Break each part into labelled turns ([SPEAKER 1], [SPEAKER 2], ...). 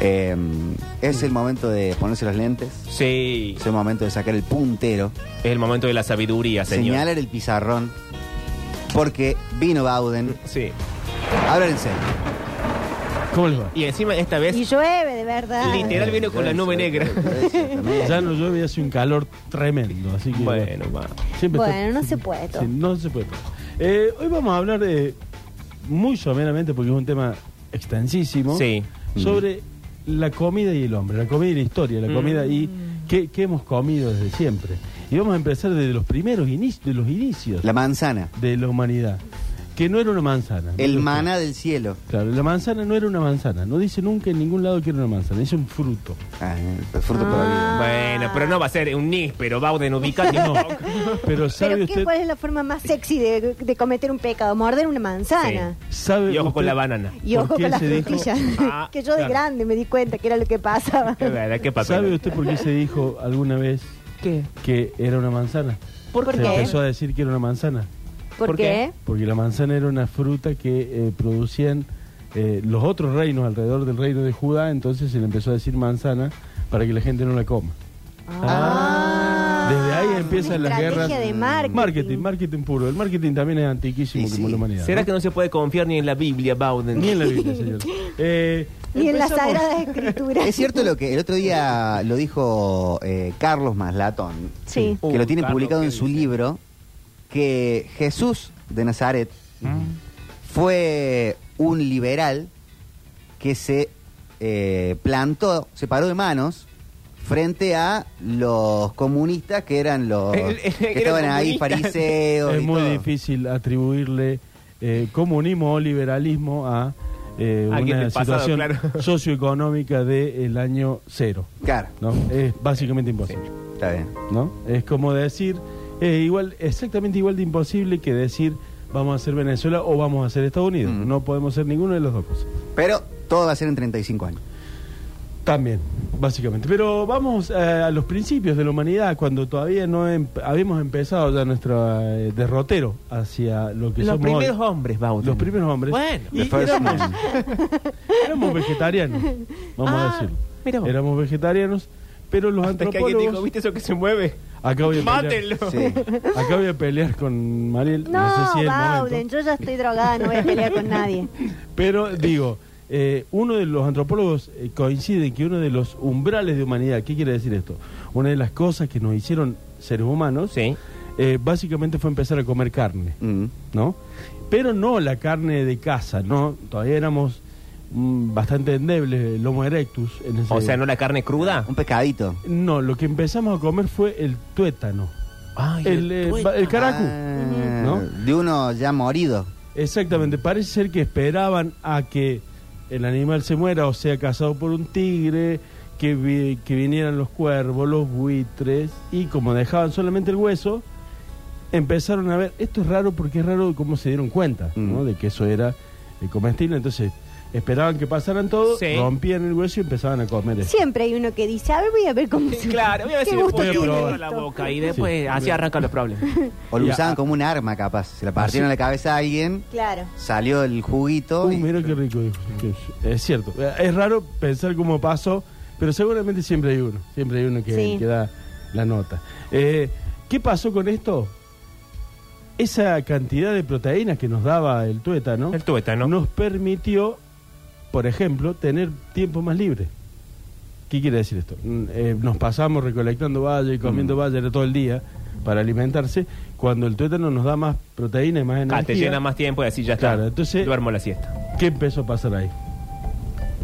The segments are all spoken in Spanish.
[SPEAKER 1] Eh, es el momento de ponerse los lentes.
[SPEAKER 2] Sí.
[SPEAKER 1] Es el momento de sacar el puntero.
[SPEAKER 2] Es el momento de la sabiduría, señor.
[SPEAKER 1] Señalar el pizarrón. Porque vino Bauden.
[SPEAKER 2] Sí.
[SPEAKER 1] Hablar en serio.
[SPEAKER 3] ¿Cómo les va?
[SPEAKER 2] Y encima esta vez
[SPEAKER 4] Y llueve, de verdad.
[SPEAKER 2] Literal vino con la nube negra.
[SPEAKER 3] Ya no llueve y hace un calor tremendo, así que...
[SPEAKER 2] Bueno, va.
[SPEAKER 3] siempre
[SPEAKER 4] Bueno, no se puede todo.
[SPEAKER 3] Sí, no se puede todo. Eh, hoy vamos a hablar eh, muy someramente, porque es un tema extensísimo,
[SPEAKER 2] Sí.
[SPEAKER 3] sobre la comida y el hombre, la comida y la historia, la
[SPEAKER 2] Mm.
[SPEAKER 3] comida y qué, qué hemos comido desde siempre. Y vamos a empezar desde los primeros inicios, de los inicios
[SPEAKER 1] La manzana.
[SPEAKER 3] de la humanidad, que no era una manzana.
[SPEAKER 1] El
[SPEAKER 3] No-
[SPEAKER 1] maná del cielo.
[SPEAKER 3] Claro, la manzana no era una manzana. No dice nunca en ningún lado que era una manzana. Es un fruto.
[SPEAKER 1] Ah, el fruto prohibido.
[SPEAKER 2] Bueno, pero no va a ser un níspero, Bauden, ubicate.
[SPEAKER 3] No.
[SPEAKER 2] No.
[SPEAKER 3] Pero sabe
[SPEAKER 4] Pero ¿qué-
[SPEAKER 3] usted.
[SPEAKER 4] ¿cuál es la forma más sexy de, de cometer un pecado? Morder una manzana.
[SPEAKER 3] Sabe
[SPEAKER 2] Y ojo con
[SPEAKER 3] usted-
[SPEAKER 2] la banana.
[SPEAKER 4] Y
[SPEAKER 3] ¿Por
[SPEAKER 4] ojo
[SPEAKER 3] qué
[SPEAKER 4] con las
[SPEAKER 3] se dijo?
[SPEAKER 4] frutillas.
[SPEAKER 2] Ah,
[SPEAKER 4] que yo de
[SPEAKER 2] claro.
[SPEAKER 4] grande me di cuenta que era lo que pasaba.
[SPEAKER 2] Qué verdad, qué papel.
[SPEAKER 3] ¿Sabe usted por qué se dijo alguna vez
[SPEAKER 2] ¿Qué?
[SPEAKER 3] que era una manzana?
[SPEAKER 4] ¿Por
[SPEAKER 3] se
[SPEAKER 4] qué?
[SPEAKER 3] empezó a decir que era una manzana.
[SPEAKER 4] ¿Por,
[SPEAKER 2] ¿Por qué?
[SPEAKER 4] qué?
[SPEAKER 3] Porque la manzana era una fruta que eh, producían eh, los otros reinos alrededor del reino de Judá. Entonces se le empezó a decir manzana para que la gente no la coma.
[SPEAKER 4] Ah.
[SPEAKER 3] Desde ahí empiezan
[SPEAKER 4] Una
[SPEAKER 3] las
[SPEAKER 4] estrategia
[SPEAKER 3] guerras.
[SPEAKER 4] de marketing.
[SPEAKER 3] marketing, marketing puro. El marketing también es antiquísimo
[SPEAKER 1] Y
[SPEAKER 3] como
[SPEAKER 1] sí.
[SPEAKER 3] la humanidad.
[SPEAKER 2] ¿Será
[SPEAKER 3] ¿no?
[SPEAKER 2] que no se puede confiar ni en la Biblia, Bauden?
[SPEAKER 3] Ni en la Biblia, señor. Eh,
[SPEAKER 4] Ni en las
[SPEAKER 3] empezamos.
[SPEAKER 4] sagradas escrituras.
[SPEAKER 1] Es cierto lo que el otro día lo dijo eh, Carlos Maslatón,
[SPEAKER 4] Sí.
[SPEAKER 1] que lo tiene
[SPEAKER 2] Uh, Carlos,
[SPEAKER 1] publicado
[SPEAKER 2] ¿qué
[SPEAKER 1] en su
[SPEAKER 2] dice?
[SPEAKER 1] libro, que Jesús de Nazaret
[SPEAKER 2] Mm.
[SPEAKER 1] fue un liberal que se eh, plantó, se paró de manos frente a los comunistas que eran los
[SPEAKER 2] El- el- que
[SPEAKER 1] que
[SPEAKER 2] eran
[SPEAKER 1] estaban ahí
[SPEAKER 2] comunistas.
[SPEAKER 1] fariseos.
[SPEAKER 3] Es
[SPEAKER 1] y
[SPEAKER 3] muy
[SPEAKER 1] todo.
[SPEAKER 3] difícil atribuirle eh, comunismo o liberalismo a eh,
[SPEAKER 2] A alguien
[SPEAKER 3] una
[SPEAKER 2] del pasado,
[SPEAKER 3] situación
[SPEAKER 2] claro.
[SPEAKER 3] socioeconómica del año cero.
[SPEAKER 1] Claro,
[SPEAKER 3] ¿no? Es básicamente imposible.
[SPEAKER 1] está bien.
[SPEAKER 3] ¿no? Es como decir, eh, igual, exactamente igual de imposible que decir vamos a ser Venezuela o vamos a ser Estados Unidos.
[SPEAKER 1] Mm.
[SPEAKER 3] No podemos ser ninguno de las dos cosas.
[SPEAKER 1] Pero todo va a ser en 35 años.
[SPEAKER 3] También, básicamente. Pero vamos eh, a los principios de la humanidad, cuando todavía no em- habíamos empezado ya nuestro eh, derrotero hacia lo que
[SPEAKER 2] Los
[SPEAKER 3] somos hoy.
[SPEAKER 2] primeros hombres, Bauden.
[SPEAKER 3] Los primeros hombres.
[SPEAKER 2] Bueno.
[SPEAKER 3] Y
[SPEAKER 1] The first
[SPEAKER 3] éramos,
[SPEAKER 1] man.
[SPEAKER 3] éramos vegetarianos, vamos
[SPEAKER 2] Ah,
[SPEAKER 3] a decirlo.
[SPEAKER 2] mira vos.
[SPEAKER 3] Éramos vegetarianos, pero los
[SPEAKER 2] Hasta que alguien dijo,
[SPEAKER 3] antropólogos...
[SPEAKER 2] ¿viste eso que se mueve?
[SPEAKER 3] Acá voy, a pelear,
[SPEAKER 2] ¡Mátenlo!
[SPEAKER 1] Sí.
[SPEAKER 3] acá voy a pelear con Mariel, no,
[SPEAKER 4] No,
[SPEAKER 3] sé si es el
[SPEAKER 4] Bauden,
[SPEAKER 3] momento.
[SPEAKER 4] yo ya estoy drogada, no voy a pelear con nadie.
[SPEAKER 3] Pero digo, eh, uno de los antropólogos eh, coincide que uno de los umbrales de humanidad, ¿qué quiere decir esto? Una de las cosas que nos hicieron seres humanos,
[SPEAKER 2] Sí.
[SPEAKER 3] eh, básicamente fue empezar a comer carne.
[SPEAKER 1] Mm.
[SPEAKER 3] ¿no? Pero no la carne de casa, ¿no? Todavía éramos mm, bastante endebles, el Homo erectus. En ese...
[SPEAKER 2] O sea, ¿no la carne cruda?
[SPEAKER 1] Un pescadito.
[SPEAKER 3] No, lo que empezamos a comer fue el tuétano.
[SPEAKER 2] Ay,
[SPEAKER 3] El, eh,
[SPEAKER 2] tuétano.
[SPEAKER 3] ba- el caracu.
[SPEAKER 1] Ah,
[SPEAKER 3] ¿No?
[SPEAKER 1] De uno ya morido.
[SPEAKER 3] Exactamente, parece ser que esperaban a que el animal se muera o sea cazado por un tigre, que, vi- que vinieran los cuervos, los buitres, y como dejaban solamente el hueso, empezaron a ver, esto es raro porque es raro cómo se dieron cuenta,
[SPEAKER 1] Mm.
[SPEAKER 3] ¿no? De que eso era eh, comestible, entonces esperaban que pasaran todo,
[SPEAKER 2] Sí.
[SPEAKER 3] rompían el hueso y empezaban a comer eso.
[SPEAKER 4] Siempre hay uno que dice, a ver, voy a ver cómo se...
[SPEAKER 2] Claro, voy a ver
[SPEAKER 4] qué
[SPEAKER 2] si le
[SPEAKER 4] gusto
[SPEAKER 2] puedo
[SPEAKER 3] tiene
[SPEAKER 2] poner
[SPEAKER 3] esto.
[SPEAKER 2] la boca y después así arrancan los problemas.
[SPEAKER 1] O lo
[SPEAKER 3] Y a-
[SPEAKER 1] usaban como un arma, capaz. Se la
[SPEAKER 3] Así-
[SPEAKER 1] partieron en la cabeza a alguien,
[SPEAKER 4] Claro.
[SPEAKER 1] salió el juguito.
[SPEAKER 3] Uh,
[SPEAKER 1] y-
[SPEAKER 3] mira qué rico. dijo. Que- Es cierto. Eh, Es raro pensar cómo pasó, pero seguramente siempre hay uno. Siempre hay uno que,
[SPEAKER 4] Sí.
[SPEAKER 3] que da la nota. Eh, ¿Qué pasó con esto? Esa cantidad de proteínas que nos daba el tuétano
[SPEAKER 2] El tuétano.
[SPEAKER 3] nos permitió, por ejemplo, tener tiempo más libre. ¿Qué quiere decir esto? Mm, eh, nos pasamos recolectando vallas y comiendo vallas era todo el día para alimentarse, cuando el tuétano nos da más proteína y más energía.
[SPEAKER 2] Ah, te llena más tiempo y así ya está.
[SPEAKER 3] Claro, entonces-
[SPEAKER 2] Duermo la siesta.
[SPEAKER 3] ¿Qué empezó a pasar ahí?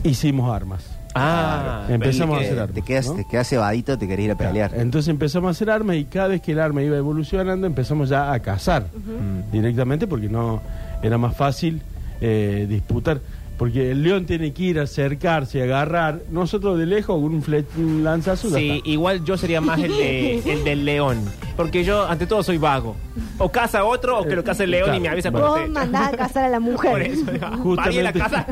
[SPEAKER 3] Hicimos armas.
[SPEAKER 2] Ah,
[SPEAKER 3] Empezamos
[SPEAKER 1] te-
[SPEAKER 3] a hacer armas.
[SPEAKER 1] Te quedas,
[SPEAKER 3] ¿no?
[SPEAKER 1] te quedas cebadito, te querés ir a pelear.
[SPEAKER 3] Entonces empezamos a hacer armas y cada vez que el arma iba evolucionando empezamos ya a cazar Mm. directamente porque no era más fácil eh, disputar. Porque el león tiene que ir a acercarse, agarrar. Nosotros de lejos con un, fle- un lanzazo. ya
[SPEAKER 2] Sí,
[SPEAKER 3] está.
[SPEAKER 2] igual yo sería más el, de- el del león. Porque yo, ante todo, soy vago. O caza a otro o que lo caza el león
[SPEAKER 3] Claro,
[SPEAKER 2] y me avisa
[SPEAKER 3] bueno.
[SPEAKER 2] cuando
[SPEAKER 4] Vos
[SPEAKER 2] esté.
[SPEAKER 4] mandás a casar a la
[SPEAKER 2] Por
[SPEAKER 4] mujer.
[SPEAKER 2] eso, Justamente. la casa.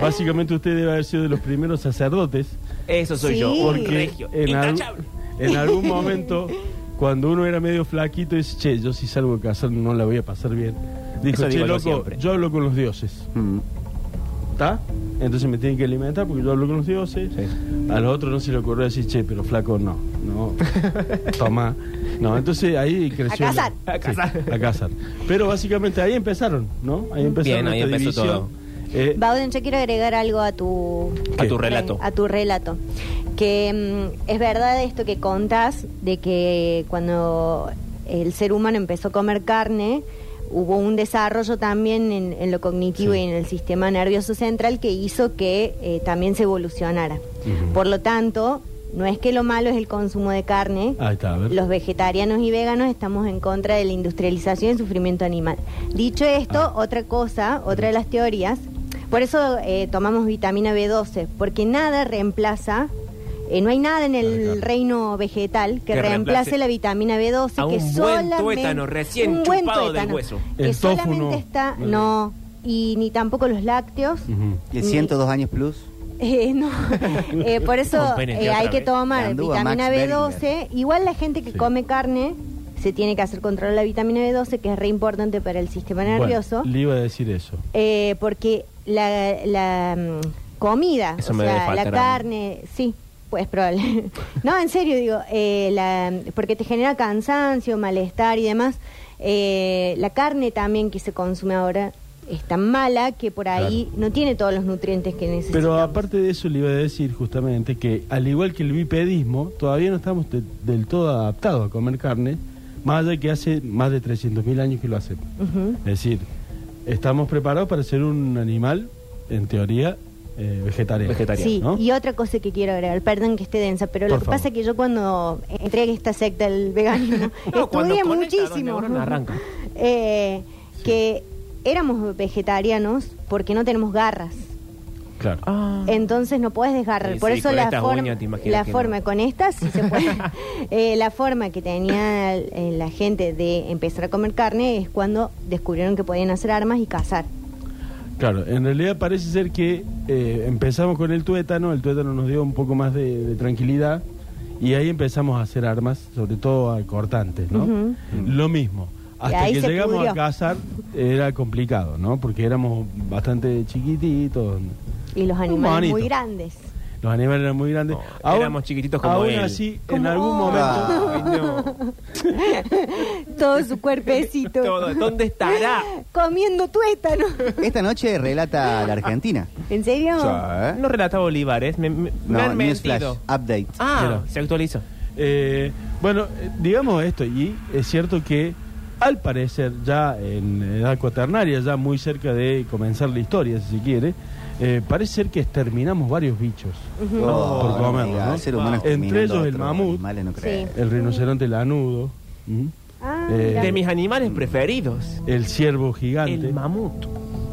[SPEAKER 3] Básicamente usted debe haber sido de los primeros sacerdotes.
[SPEAKER 2] Eso soy
[SPEAKER 4] Sí.
[SPEAKER 2] yo, un
[SPEAKER 4] Porque
[SPEAKER 2] regio.
[SPEAKER 3] en, algún-
[SPEAKER 2] Intachable.
[SPEAKER 3] en algún momento, cuando uno era medio flaquito, dice, che, yo si salgo a cazar no la voy a pasar bien. Dijo,
[SPEAKER 2] Eso
[SPEAKER 3] che,
[SPEAKER 2] digo yo
[SPEAKER 3] loco,
[SPEAKER 2] siempre".
[SPEAKER 3] yo hablo con los dioses.
[SPEAKER 1] Mm.
[SPEAKER 3] ¿Está? entonces me tienen que alimentar porque yo hablo con los dioses. A los otros no se le ocurrió decir, che, pero flaco no, no, toma. No, entonces ahí creció.
[SPEAKER 4] A
[SPEAKER 2] A
[SPEAKER 3] la-
[SPEAKER 4] cazar.
[SPEAKER 2] cazar.
[SPEAKER 3] Sí, a cazar. Pero básicamente ahí empezaron, ¿no? Ahí empezaron
[SPEAKER 2] Bien, ahí
[SPEAKER 3] esta
[SPEAKER 2] empezó todo.
[SPEAKER 3] división. Eh,
[SPEAKER 4] Bauden, yo quiero agregar algo a tu,
[SPEAKER 2] A tu relato.
[SPEAKER 4] A tu relato. Que mm, es verdad esto que contás de que cuando el ser humano empezó a comer carne, hubo un desarrollo también en, en lo cognitivo
[SPEAKER 3] Sí.
[SPEAKER 4] y en el sistema nervioso central que hizo que eh, también se evolucionara. Por lo tanto, no es que lo malo es el consumo de carne,
[SPEAKER 3] ahí está, a ver.
[SPEAKER 4] los vegetarianos y veganos estamos en contra de la industrialización y el sufrimiento animal. Dicho esto,
[SPEAKER 2] Ah.
[SPEAKER 4] otra cosa, otra de las teorías, por eso eh, tomamos vitamina B12, porque nada reemplaza, eh, no hay nada en el
[SPEAKER 3] Claro, claro.
[SPEAKER 4] reino vegetal que,
[SPEAKER 2] Que
[SPEAKER 4] reemplace,
[SPEAKER 2] reemplace
[SPEAKER 4] la vitamina B12,
[SPEAKER 2] a
[SPEAKER 4] que
[SPEAKER 2] un buen
[SPEAKER 4] solamente
[SPEAKER 2] tuétano recién
[SPEAKER 4] un buen
[SPEAKER 2] chupado del
[SPEAKER 4] tuétano,
[SPEAKER 2] hueso.
[SPEAKER 4] que
[SPEAKER 3] El tofu
[SPEAKER 4] solamente
[SPEAKER 3] no.
[SPEAKER 4] está,
[SPEAKER 3] No.
[SPEAKER 4] no, y ni tampoco los lácteos.
[SPEAKER 3] Ujú.
[SPEAKER 1] ¿Y el
[SPEAKER 4] Ni-
[SPEAKER 1] 102 años plus?
[SPEAKER 4] Eh, no. Eh, por eso
[SPEAKER 2] Con pene,
[SPEAKER 4] eh,
[SPEAKER 2] otra
[SPEAKER 4] hay que
[SPEAKER 2] vez.
[SPEAKER 4] tomar
[SPEAKER 1] Gandúa,
[SPEAKER 4] vitamina
[SPEAKER 1] Max
[SPEAKER 4] B12. Igual la gente que
[SPEAKER 3] Sí.
[SPEAKER 4] come carne se tiene que hacer control de la vitamina B12, que es re importante para el sistema
[SPEAKER 3] Bueno,
[SPEAKER 4] nervioso,
[SPEAKER 3] le iba a decir eso.
[SPEAKER 4] eh, porque la, la, mm, comida,
[SPEAKER 2] Eso
[SPEAKER 4] o
[SPEAKER 2] me
[SPEAKER 4] sea,
[SPEAKER 2] debe faltar
[SPEAKER 4] la
[SPEAKER 2] a mí.
[SPEAKER 4] carne, sí, pues probable. no, en serio digo, eh, la- porque te genera cansancio, malestar y demás. Eh, la carne también que se consume ahora es tan mala que por ahí no tiene todos los nutrientes que necesita.
[SPEAKER 3] Pero aparte de eso le iba a decir justamente que al igual que el bipedismo, todavía no estamos de- del todo adaptados a comer carne, más allá de que hace más de 300.000 años que lo hacemos.
[SPEAKER 4] Ujú.
[SPEAKER 3] Es decir, estamos preparados para ser un animal, en teoría, eh, vegetariano.
[SPEAKER 2] Vegetariano.
[SPEAKER 4] Sí,
[SPEAKER 3] ¿no?
[SPEAKER 4] y otra cosa que quiero agregar, perdón que esté densa, pero lo
[SPEAKER 3] Por
[SPEAKER 4] que
[SPEAKER 3] favor.
[SPEAKER 4] pasa es que yo cuando entré a esta secta del veganismo,
[SPEAKER 2] No, cuando
[SPEAKER 4] estudié
[SPEAKER 2] conecta los
[SPEAKER 4] muchísimo.
[SPEAKER 2] neuronas, arranca.
[SPEAKER 4] Eh, Que éramos vegetarianos porque no tenemos garras.
[SPEAKER 3] Claro.
[SPEAKER 2] Ah.
[SPEAKER 4] Entonces no puedes desgarrar.
[SPEAKER 2] Sí,
[SPEAKER 4] Por
[SPEAKER 2] sí,
[SPEAKER 4] eso
[SPEAKER 2] con
[SPEAKER 4] la
[SPEAKER 2] estas
[SPEAKER 4] forma,
[SPEAKER 2] uñas te imaginas
[SPEAKER 4] la
[SPEAKER 2] que
[SPEAKER 4] forma
[SPEAKER 2] no.
[SPEAKER 4] con estas, sí se puede. Eh, la forma que tenía eh, la gente de empezar a comer carne es cuando descubrieron que podían hacer armas y cazar.
[SPEAKER 3] Claro, en realidad parece ser que eh, empezamos con el tuétano, el tuétano nos dio un poco más de, de tranquilidad y ahí empezamos a hacer armas, sobre todo a cortantes, ¿no?
[SPEAKER 4] Ujú.
[SPEAKER 2] Mm.
[SPEAKER 3] Lo mismo. Hasta
[SPEAKER 4] ahí
[SPEAKER 3] que
[SPEAKER 4] se
[SPEAKER 3] llegamos
[SPEAKER 4] pudrió.
[SPEAKER 3] a cazar era complicado, ¿no? Porque éramos bastante chiquititos,
[SPEAKER 4] Y los animales
[SPEAKER 3] bonito.
[SPEAKER 4] muy grandes.
[SPEAKER 3] los animales eran muy grandes.
[SPEAKER 2] No, éramos chiquititos como
[SPEAKER 3] aún
[SPEAKER 2] él.
[SPEAKER 3] así, en
[SPEAKER 4] Como-
[SPEAKER 3] algún momento...
[SPEAKER 2] Ay, no.
[SPEAKER 4] Todo su cuerpecito.
[SPEAKER 2] Todo- ¿Dónde estará?
[SPEAKER 4] Comiendo tuétano.
[SPEAKER 1] Esta noche relata la Argentina. ¿eh?
[SPEAKER 4] ¿En serio?
[SPEAKER 3] ¿Eh?
[SPEAKER 2] No relata Bolívares, me, me- me
[SPEAKER 1] No,
[SPEAKER 2] han
[SPEAKER 1] Newsflash,
[SPEAKER 2] mentido.
[SPEAKER 1] update.
[SPEAKER 2] Ah,
[SPEAKER 3] Mira.
[SPEAKER 2] se actualiza.
[SPEAKER 3] Eh, bueno, eh, digamos esto, y es cierto que al parecer ya en edad cuaternaria, ya muy cerca de comenzar la historia, si se quiere, eh, parece ser que exterminamos varios bichos.
[SPEAKER 1] Oh,
[SPEAKER 3] Por comerlo,
[SPEAKER 1] no digas,
[SPEAKER 3] ¿no?
[SPEAKER 1] el ser humano
[SPEAKER 2] Wow.
[SPEAKER 1] exterminando
[SPEAKER 3] Entre ellos
[SPEAKER 1] a
[SPEAKER 3] el
[SPEAKER 1] otros
[SPEAKER 3] mamut.
[SPEAKER 1] animales, no creo.
[SPEAKER 4] Sí.
[SPEAKER 3] El rinoceronte lanudo, ¿m?
[SPEAKER 4] Ah,
[SPEAKER 3] Eh,
[SPEAKER 4] mira.
[SPEAKER 2] De mis animales preferidos,
[SPEAKER 3] el ciervo gigante.
[SPEAKER 2] el mamut.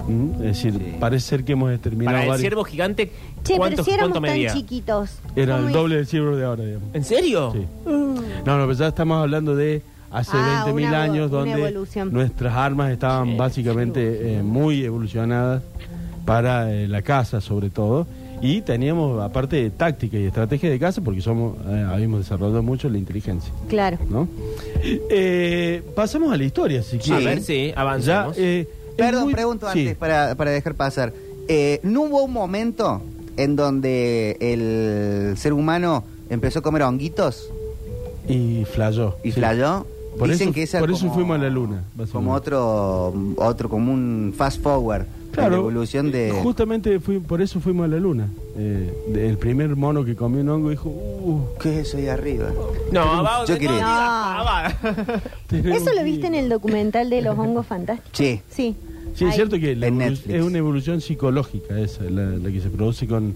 [SPEAKER 3] ¿m? Es decir,
[SPEAKER 1] Sí.
[SPEAKER 3] parece ser que hemos exterminado
[SPEAKER 2] Para el
[SPEAKER 3] varios.
[SPEAKER 2] ciervo gigante,
[SPEAKER 4] Che, pero
[SPEAKER 2] ¿cuánto,
[SPEAKER 4] si éramos
[SPEAKER 2] cuánto
[SPEAKER 4] tan
[SPEAKER 2] medía?
[SPEAKER 4] chiquitos.
[SPEAKER 3] Era
[SPEAKER 4] ¿Cómo
[SPEAKER 3] el
[SPEAKER 4] es?
[SPEAKER 3] doble del ciervo de ahora, digamos.
[SPEAKER 2] ¿En serio?
[SPEAKER 3] Sí.
[SPEAKER 4] Mm.
[SPEAKER 3] No, no, pero ya estamos hablando de hace
[SPEAKER 4] Ah,
[SPEAKER 3] 20.000
[SPEAKER 4] una evo-
[SPEAKER 3] años
[SPEAKER 4] una
[SPEAKER 3] donde
[SPEAKER 4] evolución.
[SPEAKER 3] nuestras armas estaban
[SPEAKER 2] Sí.
[SPEAKER 3] básicamente eh, muy evolucionadas para eh, la caza sobre todo y teníamos aparte de táctica y estrategia de caza porque somos eh, habíamos desarrollado mucho la inteligencia,
[SPEAKER 4] Claro.
[SPEAKER 3] ¿no? Eh, pasamos a la historia si
[SPEAKER 1] Sí.
[SPEAKER 2] A
[SPEAKER 3] quieres.
[SPEAKER 2] ver, sí,
[SPEAKER 3] Ya,
[SPEAKER 2] avancemos.
[SPEAKER 3] eh, es
[SPEAKER 1] Perdón,
[SPEAKER 3] muy-
[SPEAKER 1] pregunto
[SPEAKER 3] sí.
[SPEAKER 1] antes para, para dejar pasar. Eh, ¿No hubo un momento en donde el ser humano empezó a comer honguitos
[SPEAKER 3] Y flayó.
[SPEAKER 1] y
[SPEAKER 3] sí.
[SPEAKER 1] flayó?
[SPEAKER 3] Por
[SPEAKER 1] Dicen
[SPEAKER 3] eso-
[SPEAKER 1] que esa
[SPEAKER 3] por eso
[SPEAKER 1] como-
[SPEAKER 3] fuimos a la luna, básicamente.
[SPEAKER 1] Como otro, otro como un fast forward. en
[SPEAKER 3] Claro,
[SPEAKER 1] La evolución de.
[SPEAKER 3] eh, Justamente fui- por eso fuimos a la luna. Eh, de- el primer mono que comió un hongo dijo, "Uh,
[SPEAKER 1] ¿Qué es eso ahí arriba?
[SPEAKER 2] No, va,
[SPEAKER 1] Yo
[SPEAKER 2] no,
[SPEAKER 1] quiero ir.
[SPEAKER 2] diga, ah, va.
[SPEAKER 3] tenemos
[SPEAKER 4] ¿Eso lo
[SPEAKER 3] que ir".
[SPEAKER 4] viste en el documental de los hongos fantásticos?
[SPEAKER 1] Sí.
[SPEAKER 4] Sí.
[SPEAKER 3] Sí, es
[SPEAKER 4] Ahí.
[SPEAKER 3] cierto que la
[SPEAKER 1] En
[SPEAKER 3] evolu-
[SPEAKER 1] Netflix.
[SPEAKER 3] es una evolución psicológica esa, la, la que se produce con...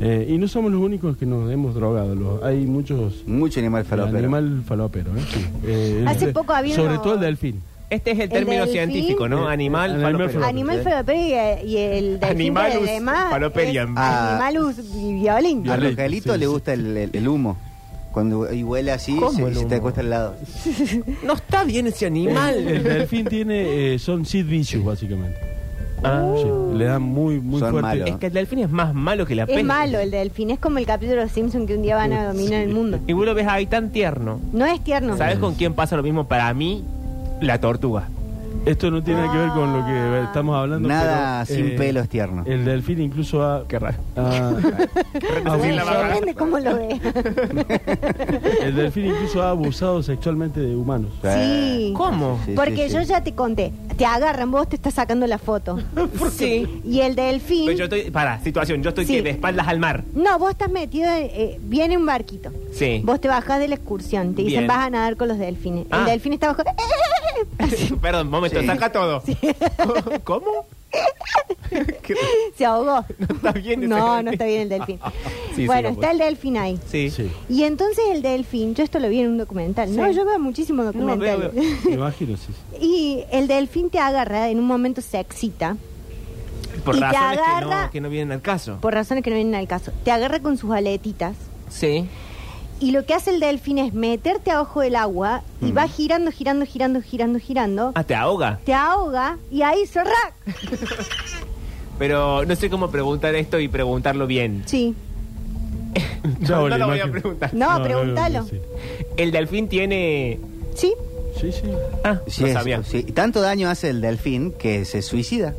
[SPEAKER 3] eh, y no somos los únicos que nos hemos drogado, los- hay muchos...
[SPEAKER 1] Mucho animal falopero.
[SPEAKER 3] Animal falopero, ¿eh? Sí. Eh,
[SPEAKER 4] Hace
[SPEAKER 3] eh,
[SPEAKER 4] poco había
[SPEAKER 3] Sobre
[SPEAKER 4] uno-
[SPEAKER 3] todo el delfín.
[SPEAKER 2] Este es el
[SPEAKER 4] El
[SPEAKER 2] término
[SPEAKER 4] delfín.
[SPEAKER 2] científico, ¿no?
[SPEAKER 3] Eh,
[SPEAKER 2] Animal,
[SPEAKER 3] animal
[SPEAKER 2] falopero.
[SPEAKER 3] falopero.
[SPEAKER 4] Animal falopero y, y el delfín
[SPEAKER 2] Animalus
[SPEAKER 4] que además
[SPEAKER 2] faloperian.
[SPEAKER 4] es
[SPEAKER 1] Ah.
[SPEAKER 4] Animalus y violín.
[SPEAKER 1] A
[SPEAKER 3] Violeta,
[SPEAKER 1] Rogelito
[SPEAKER 3] sí,
[SPEAKER 1] le
[SPEAKER 3] sí.
[SPEAKER 1] gusta el, el- el humo. Cuando y huele así,
[SPEAKER 2] ¿Cómo
[SPEAKER 1] se,
[SPEAKER 2] el
[SPEAKER 1] se te
[SPEAKER 2] humo?
[SPEAKER 1] acuesta al lado.
[SPEAKER 2] No está bien ese
[SPEAKER 3] El, el
[SPEAKER 2] animal.
[SPEAKER 3] delfín tiene... eh, son Sid Vicious, básicamente.
[SPEAKER 2] Ah.
[SPEAKER 4] Uh.
[SPEAKER 3] Sí, le dan muy, muy
[SPEAKER 1] Son
[SPEAKER 3] fuerte...
[SPEAKER 1] malos.
[SPEAKER 2] es que el delfín es más malo que la peste.
[SPEAKER 4] Es malo el delfín. Es como el capítulo de los Simpsons que un día van a dominar
[SPEAKER 3] Sí.
[SPEAKER 4] el mundo.
[SPEAKER 2] Y vos lo ves ahí tan tierno.
[SPEAKER 4] No es tierno.
[SPEAKER 2] ¿Sabes con quién pasa lo mismo para mí? La tortuga.
[SPEAKER 3] Esto no tiene nada que ver con lo
[SPEAKER 4] Ah.
[SPEAKER 3] que estamos hablando.
[SPEAKER 1] Nada
[SPEAKER 3] pero, eh,
[SPEAKER 1] sin pelos tierno.
[SPEAKER 3] El delfín incluso ha...
[SPEAKER 2] Qué raro. Ah,
[SPEAKER 3] ha-
[SPEAKER 2] sí,
[SPEAKER 4] Bueno,
[SPEAKER 2] la
[SPEAKER 3] abusa-
[SPEAKER 2] vaca.
[SPEAKER 4] depende cómo lo ve.
[SPEAKER 3] el delfín incluso ha abusado sexualmente de humanos.
[SPEAKER 4] Sí.
[SPEAKER 2] ¿Cómo?
[SPEAKER 1] Sí,
[SPEAKER 4] Porque
[SPEAKER 1] sí,
[SPEAKER 4] yo
[SPEAKER 1] sí.
[SPEAKER 4] ya te conté, te agarran, vos te estás sacando la foto.
[SPEAKER 2] Sí.
[SPEAKER 4] Y el delfín...
[SPEAKER 2] Pero yo estoy, para, situación, yo estoy
[SPEAKER 4] Sí.
[SPEAKER 2] que de espaldas al mar.
[SPEAKER 4] No, vos estás metido, en- eh, viene un barquito.
[SPEAKER 2] Sí.
[SPEAKER 4] Vos te bajás de la excursión, te dicen
[SPEAKER 2] Bien.
[SPEAKER 4] vas a nadar con los delfines.
[SPEAKER 2] Ah.
[SPEAKER 4] El delfín está abajo.
[SPEAKER 2] Perdón, momento,
[SPEAKER 1] Sí.
[SPEAKER 2] saca todo. ¿Cómo? ¿Qué?
[SPEAKER 4] Se ahogó.
[SPEAKER 2] No está bien ese
[SPEAKER 4] No, no
[SPEAKER 2] delfín.
[SPEAKER 4] está bien el delfín.
[SPEAKER 2] Sí, sí,
[SPEAKER 4] bueno,
[SPEAKER 2] no pues.
[SPEAKER 4] está el delfín ahí.
[SPEAKER 2] Sí.
[SPEAKER 3] Sí.
[SPEAKER 4] Y entonces el delfín, yo esto lo vi en un documental. No, yo veo muchísimos documentales.
[SPEAKER 2] veo,
[SPEAKER 3] Me imagino, sí.
[SPEAKER 4] Y el delfín te agarra, en un momento se excita,
[SPEAKER 2] Por
[SPEAKER 4] Y te
[SPEAKER 2] razones que
[SPEAKER 4] agarra-
[SPEAKER 2] no, que no vienen al caso.
[SPEAKER 4] por razones que no vienen al caso. Te agarra con sus aletitas.
[SPEAKER 2] Sí.
[SPEAKER 4] Y lo que hace el delfín es meterte abajo del agua y va girando, girando, girando, girando, girando.
[SPEAKER 2] Ah, te ahoga.
[SPEAKER 4] Te ahoga y ahí se ra-
[SPEAKER 2] Pero no sé cómo preguntar esto y preguntarlo bien.
[SPEAKER 4] Sí.
[SPEAKER 3] Ya
[SPEAKER 2] no
[SPEAKER 3] la
[SPEAKER 2] lo voy a
[SPEAKER 3] imagen.
[SPEAKER 2] preguntar.
[SPEAKER 4] No,
[SPEAKER 3] no,
[SPEAKER 4] pregúntalo.
[SPEAKER 3] no, sí.
[SPEAKER 2] El delfín tiene.
[SPEAKER 4] Sí.
[SPEAKER 3] Sí, sí.
[SPEAKER 2] Ah,
[SPEAKER 1] Sí,
[SPEAKER 2] no
[SPEAKER 1] es-
[SPEAKER 2] sabía.
[SPEAKER 1] sí. Tanto daño hace el delfín que se suicida.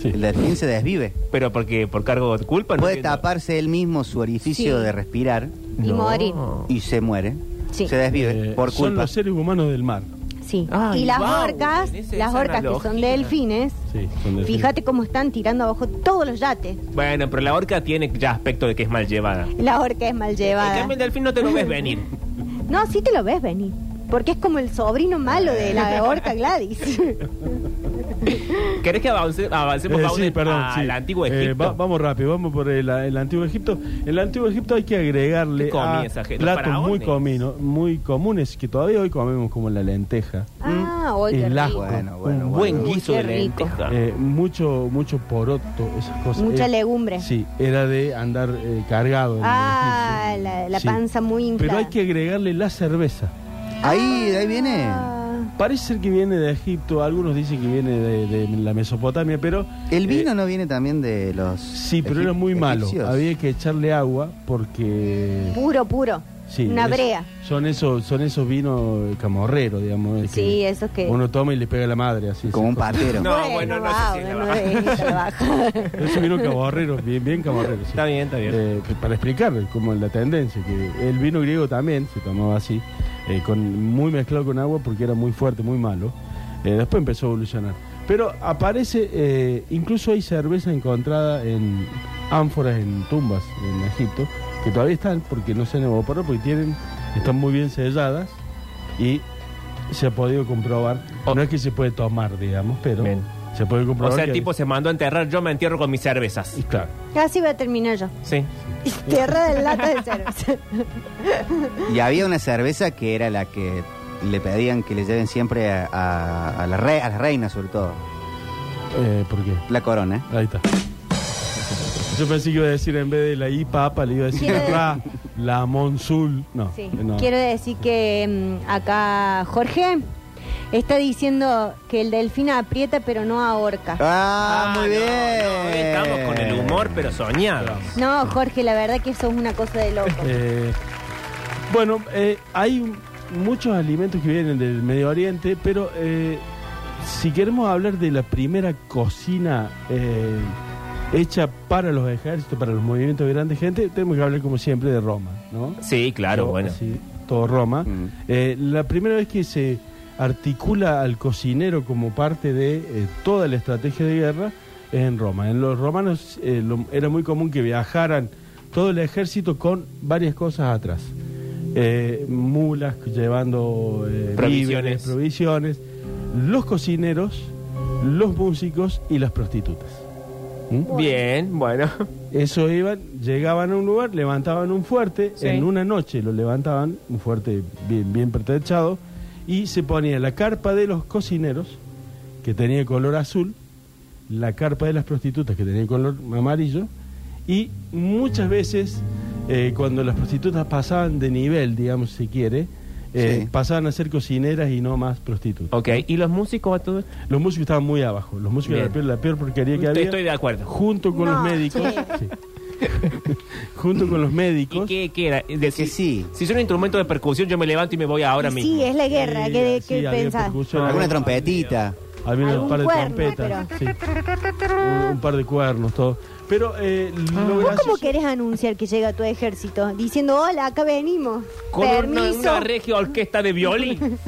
[SPEAKER 3] sí.
[SPEAKER 1] El delfín se desvive.
[SPEAKER 2] Pero porque por cargo de culpa no
[SPEAKER 1] Puede
[SPEAKER 2] entiendo.
[SPEAKER 1] taparse él mismo su orificio
[SPEAKER 4] Sí.
[SPEAKER 1] de respirar
[SPEAKER 4] Y
[SPEAKER 2] No.
[SPEAKER 4] morir.
[SPEAKER 2] Oh.
[SPEAKER 1] y se muere.
[SPEAKER 4] Sí.
[SPEAKER 1] Se desvive
[SPEAKER 3] Eh,
[SPEAKER 1] por
[SPEAKER 3] Son
[SPEAKER 1] culpa.
[SPEAKER 3] los seres humanos del mar.
[SPEAKER 4] Sí.
[SPEAKER 2] Ay,
[SPEAKER 4] y las
[SPEAKER 2] guau,
[SPEAKER 4] orcas,
[SPEAKER 2] en ese-
[SPEAKER 4] las
[SPEAKER 2] esa
[SPEAKER 4] orcas que son
[SPEAKER 2] analogía.
[SPEAKER 4] delfines,
[SPEAKER 3] Sí, son delfines.
[SPEAKER 4] fíjate cómo están tirando abajo todos los yates.
[SPEAKER 2] Bueno, pero la orca tiene ya aspecto de que es mal llevada.
[SPEAKER 4] La orca es mal
[SPEAKER 2] En
[SPEAKER 4] llevada.
[SPEAKER 2] cambio, el delfín no te lo ves venir.
[SPEAKER 4] No, sí te lo ves venir. Porque es como el sobrino malo de la orca Gladys.
[SPEAKER 2] ¿Querés que avance- avancemos
[SPEAKER 3] Eh,
[SPEAKER 2] Paula,
[SPEAKER 3] sí, perdón,
[SPEAKER 2] al
[SPEAKER 3] sí.
[SPEAKER 2] antiguo
[SPEAKER 3] Eh,
[SPEAKER 2] Egipto?
[SPEAKER 3] va- vamos rápido, vamos por el, el antiguo Egipto. El antiguo Egipto hay que agregarle
[SPEAKER 2] ¿Qué comía
[SPEAKER 3] a
[SPEAKER 2] esa gente? ¿Los
[SPEAKER 3] platos muy,
[SPEAKER 2] faraones?
[SPEAKER 3] comino- muy comunes que todavía hoy comemos como la lenteja.
[SPEAKER 2] Mm.
[SPEAKER 4] ah, hoy qué
[SPEAKER 3] el
[SPEAKER 4] rico.
[SPEAKER 3] ajo,
[SPEAKER 1] Bueno,
[SPEAKER 3] un
[SPEAKER 1] bueno,
[SPEAKER 2] Buen
[SPEAKER 1] bueno.
[SPEAKER 2] guiso
[SPEAKER 4] Uy,
[SPEAKER 2] de
[SPEAKER 4] qué rico.
[SPEAKER 2] lenteja.
[SPEAKER 3] Eh, mucho, mucho poroto, esas cosas.
[SPEAKER 4] Mucha
[SPEAKER 3] Eh,
[SPEAKER 4] legumbre.
[SPEAKER 3] Sí, era de andar eh, cargado. en el
[SPEAKER 4] Ah,
[SPEAKER 3] egipcio.
[SPEAKER 4] la, la
[SPEAKER 3] Sí.
[SPEAKER 4] panza muy inflada.
[SPEAKER 3] Pero hay que agregarle la cerveza.
[SPEAKER 1] Ahí, de ahí viene.
[SPEAKER 4] Ah,
[SPEAKER 3] Parece ser que viene de Egipto, algunos dicen que viene de, de la Mesopotamia, pero...
[SPEAKER 1] ¿El
[SPEAKER 3] eh,
[SPEAKER 1] vino no viene también de los.
[SPEAKER 3] Sí, pero era
[SPEAKER 1] egip-
[SPEAKER 3] muy malo.
[SPEAKER 1] egipcios?
[SPEAKER 3] Había que echarle agua porque...
[SPEAKER 4] puro, puro.
[SPEAKER 3] Sí,
[SPEAKER 4] Una
[SPEAKER 3] es-
[SPEAKER 4] brea.
[SPEAKER 3] Son esos, son esos vinos camorreros, digamos. eh,
[SPEAKER 4] Sí, esos que-
[SPEAKER 3] Uno toma y le pega a la madre, así.
[SPEAKER 1] Como un
[SPEAKER 3] esas
[SPEAKER 1] patero.
[SPEAKER 2] No, bueno, no sé
[SPEAKER 4] va,
[SPEAKER 2] si es la
[SPEAKER 4] bueno,
[SPEAKER 2] baja.
[SPEAKER 4] es esa la baja.
[SPEAKER 3] cosas. Esos vinos camorreros, bien, bien camorreros. sí.
[SPEAKER 2] Está bien, está bien.
[SPEAKER 3] Eh, p- para explicar como la tendencia, que el vino griego también se tomaba así, eh, con muy mezclado con agua porque era muy fuerte, muy malo. Eh, después empezó a evolucionar. Pero aparece, eh, incluso hay cerveza encontrada en ánforas, en tumbas en Egipto, que todavía están porque no se han evaporado, porque tienen, están muy bien selladas y se ha podido comprobar.
[SPEAKER 2] O-
[SPEAKER 3] No es que se puede tomar, digamos, pero
[SPEAKER 2] Bien.
[SPEAKER 3] se puede
[SPEAKER 2] o
[SPEAKER 3] comprobar.
[SPEAKER 2] sea, el
[SPEAKER 3] que-
[SPEAKER 2] tipo se mandó a enterrar, yo me entierro con mis cervezas.
[SPEAKER 3] Claro.
[SPEAKER 4] Casi voy a terminar yo.
[SPEAKER 2] Sí.
[SPEAKER 4] Tierra del lata de cerveza.
[SPEAKER 1] Y había una cerveza que era la que le pedían que le lleven siempre a, a- a la, re- a la reina, sobre todo.
[SPEAKER 3] Eh, ¿Por qué?
[SPEAKER 1] La corona.
[SPEAKER 3] Ahí está. Yo pensé que iba a decir en vez de la IPAPA, le iba a decir
[SPEAKER 4] Quiero-
[SPEAKER 3] ra, la Monsul. No, eh,
[SPEAKER 4] Sí.
[SPEAKER 3] no.
[SPEAKER 4] Quiero decir que mm, acá Jorge está diciendo que el delfín aprieta pero no ahorca.
[SPEAKER 1] ¡Ah, muy
[SPEAKER 2] no,
[SPEAKER 1] bien!
[SPEAKER 2] no, estamos con el humor, pero soñado.
[SPEAKER 4] No, Jorge, la verdad que eso es una cosa de loco.
[SPEAKER 3] Eh, bueno, eh, hay un- muchos alimentos que vienen del Medio Oriente, pero eh, si queremos hablar de la primera cocina eh, hecha para los ejércitos, para los movimientos de grande gente, tenemos que hablar como siempre de Roma, ¿no?
[SPEAKER 2] Sí, claro,
[SPEAKER 3] Todo-
[SPEAKER 2] bueno.
[SPEAKER 3] sí, todo Roma.
[SPEAKER 1] Mm.
[SPEAKER 3] Eh, la primera vez que se articula al cocinero como parte de eh, toda la estrategia de guerra es en Roma. En los romanos eh, lo- era muy común que viajaran todo el ejército con varias cosas atrás. Eh, mulas llevando eh,
[SPEAKER 2] Provisiones.
[SPEAKER 3] víveres, provisiones, los cocineros, los músicos y las prostitutas. ¿Mm?
[SPEAKER 2] Bien, bueno.
[SPEAKER 3] Eso iban, llegaban a un lugar, levantaban un fuerte,
[SPEAKER 2] Sí.
[SPEAKER 3] en una noche lo levantaban, un fuerte bien, bien pertrechado, y se ponía la carpa de los cocineros, que tenía color azul, la carpa de las prostitutas, que tenía color amarillo, y muchas veces eh, cuando las prostitutas pasaban de nivel, digamos si quiere, eh,
[SPEAKER 1] Sí.
[SPEAKER 3] pasaban a ser cocineras y no más prostitutas.
[SPEAKER 2] Ok, ¿y los músicos a todo esto?
[SPEAKER 3] Los músicos estaban muy abajo, los músicos
[SPEAKER 2] Bien.
[SPEAKER 3] eran la peor, la peor porquería que
[SPEAKER 2] Estoy,
[SPEAKER 3] había
[SPEAKER 2] estoy de acuerdo.
[SPEAKER 3] junto con
[SPEAKER 4] No,
[SPEAKER 3] los médicos,
[SPEAKER 4] sí.
[SPEAKER 3] sí. junto con los
[SPEAKER 2] ¿Y
[SPEAKER 3] médicos.
[SPEAKER 2] qué, qué era? Es decir,
[SPEAKER 1] Que sí.
[SPEAKER 2] Si son instrumentos de percusión, yo me levanto y me voy ahora
[SPEAKER 4] Y
[SPEAKER 2] mismo.
[SPEAKER 4] sí, eh, es la guerra.
[SPEAKER 3] Sí,
[SPEAKER 4] ¿Qué,
[SPEAKER 3] Eh, sí,
[SPEAKER 4] qué
[SPEAKER 3] había
[SPEAKER 4] pensás?
[SPEAKER 3] percusión,
[SPEAKER 1] Ah, Alguna
[SPEAKER 3] había-
[SPEAKER 1] trompetita.
[SPEAKER 3] Había un
[SPEAKER 4] Algún
[SPEAKER 3] par de
[SPEAKER 4] cuerno,
[SPEAKER 3] trompetas. sí. Un, un par de cuernos, todo. Pero eh, lo
[SPEAKER 4] ¿Vos cómo
[SPEAKER 3] gracioso-
[SPEAKER 4] querés anunciar que llega tu ejército? Diciendo, hola, acá venimos.
[SPEAKER 2] Con una,
[SPEAKER 4] Permiso.
[SPEAKER 2] una regia orquesta de violín.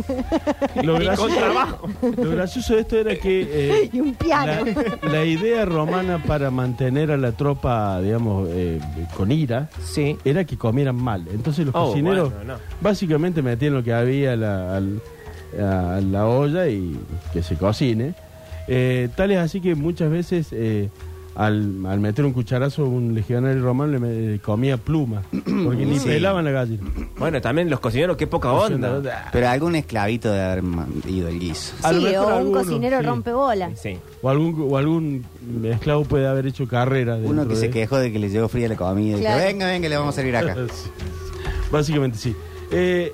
[SPEAKER 3] Lo
[SPEAKER 2] y con
[SPEAKER 3] gracioso-
[SPEAKER 2] trabajo.
[SPEAKER 3] Lo gracioso de esto era que eh,
[SPEAKER 4] Y un piano.
[SPEAKER 3] la, la idea romana para mantener a la tropa, digamos, eh, con ira,
[SPEAKER 2] Sí.
[SPEAKER 3] era que comieran mal. Entonces los
[SPEAKER 2] Oh,
[SPEAKER 3] cocineros
[SPEAKER 2] bueno, no.
[SPEAKER 3] básicamente metían lo que había a la, al- a la olla y que se cocine. Eh, tal es así que muchas veces eh, al, al meter un cucharazo un legionario romano le me- eh, comía pluma, porque ni
[SPEAKER 1] Sí.
[SPEAKER 3] pelaban la gallina.
[SPEAKER 2] Bueno, también los cocineros, qué poca onda.
[SPEAKER 1] Pero algún esclavito de haber ma- ido el guiso.
[SPEAKER 3] A lo
[SPEAKER 4] Sí,
[SPEAKER 3] mejor
[SPEAKER 4] o un
[SPEAKER 3] alguno,
[SPEAKER 4] cocinero
[SPEAKER 3] sí.
[SPEAKER 4] rompe bola.
[SPEAKER 2] Sí.
[SPEAKER 3] O algún, o algún esclavo puede haber hecho carrera.
[SPEAKER 1] Uno
[SPEAKER 3] dentro
[SPEAKER 1] que se
[SPEAKER 3] de-
[SPEAKER 1] quejó de que le llegó fría la comida. y dijo,
[SPEAKER 4] Claro.
[SPEAKER 1] venga, venga, le vamos a servir acá.
[SPEAKER 3] Sí. Básicamente sí. Eh,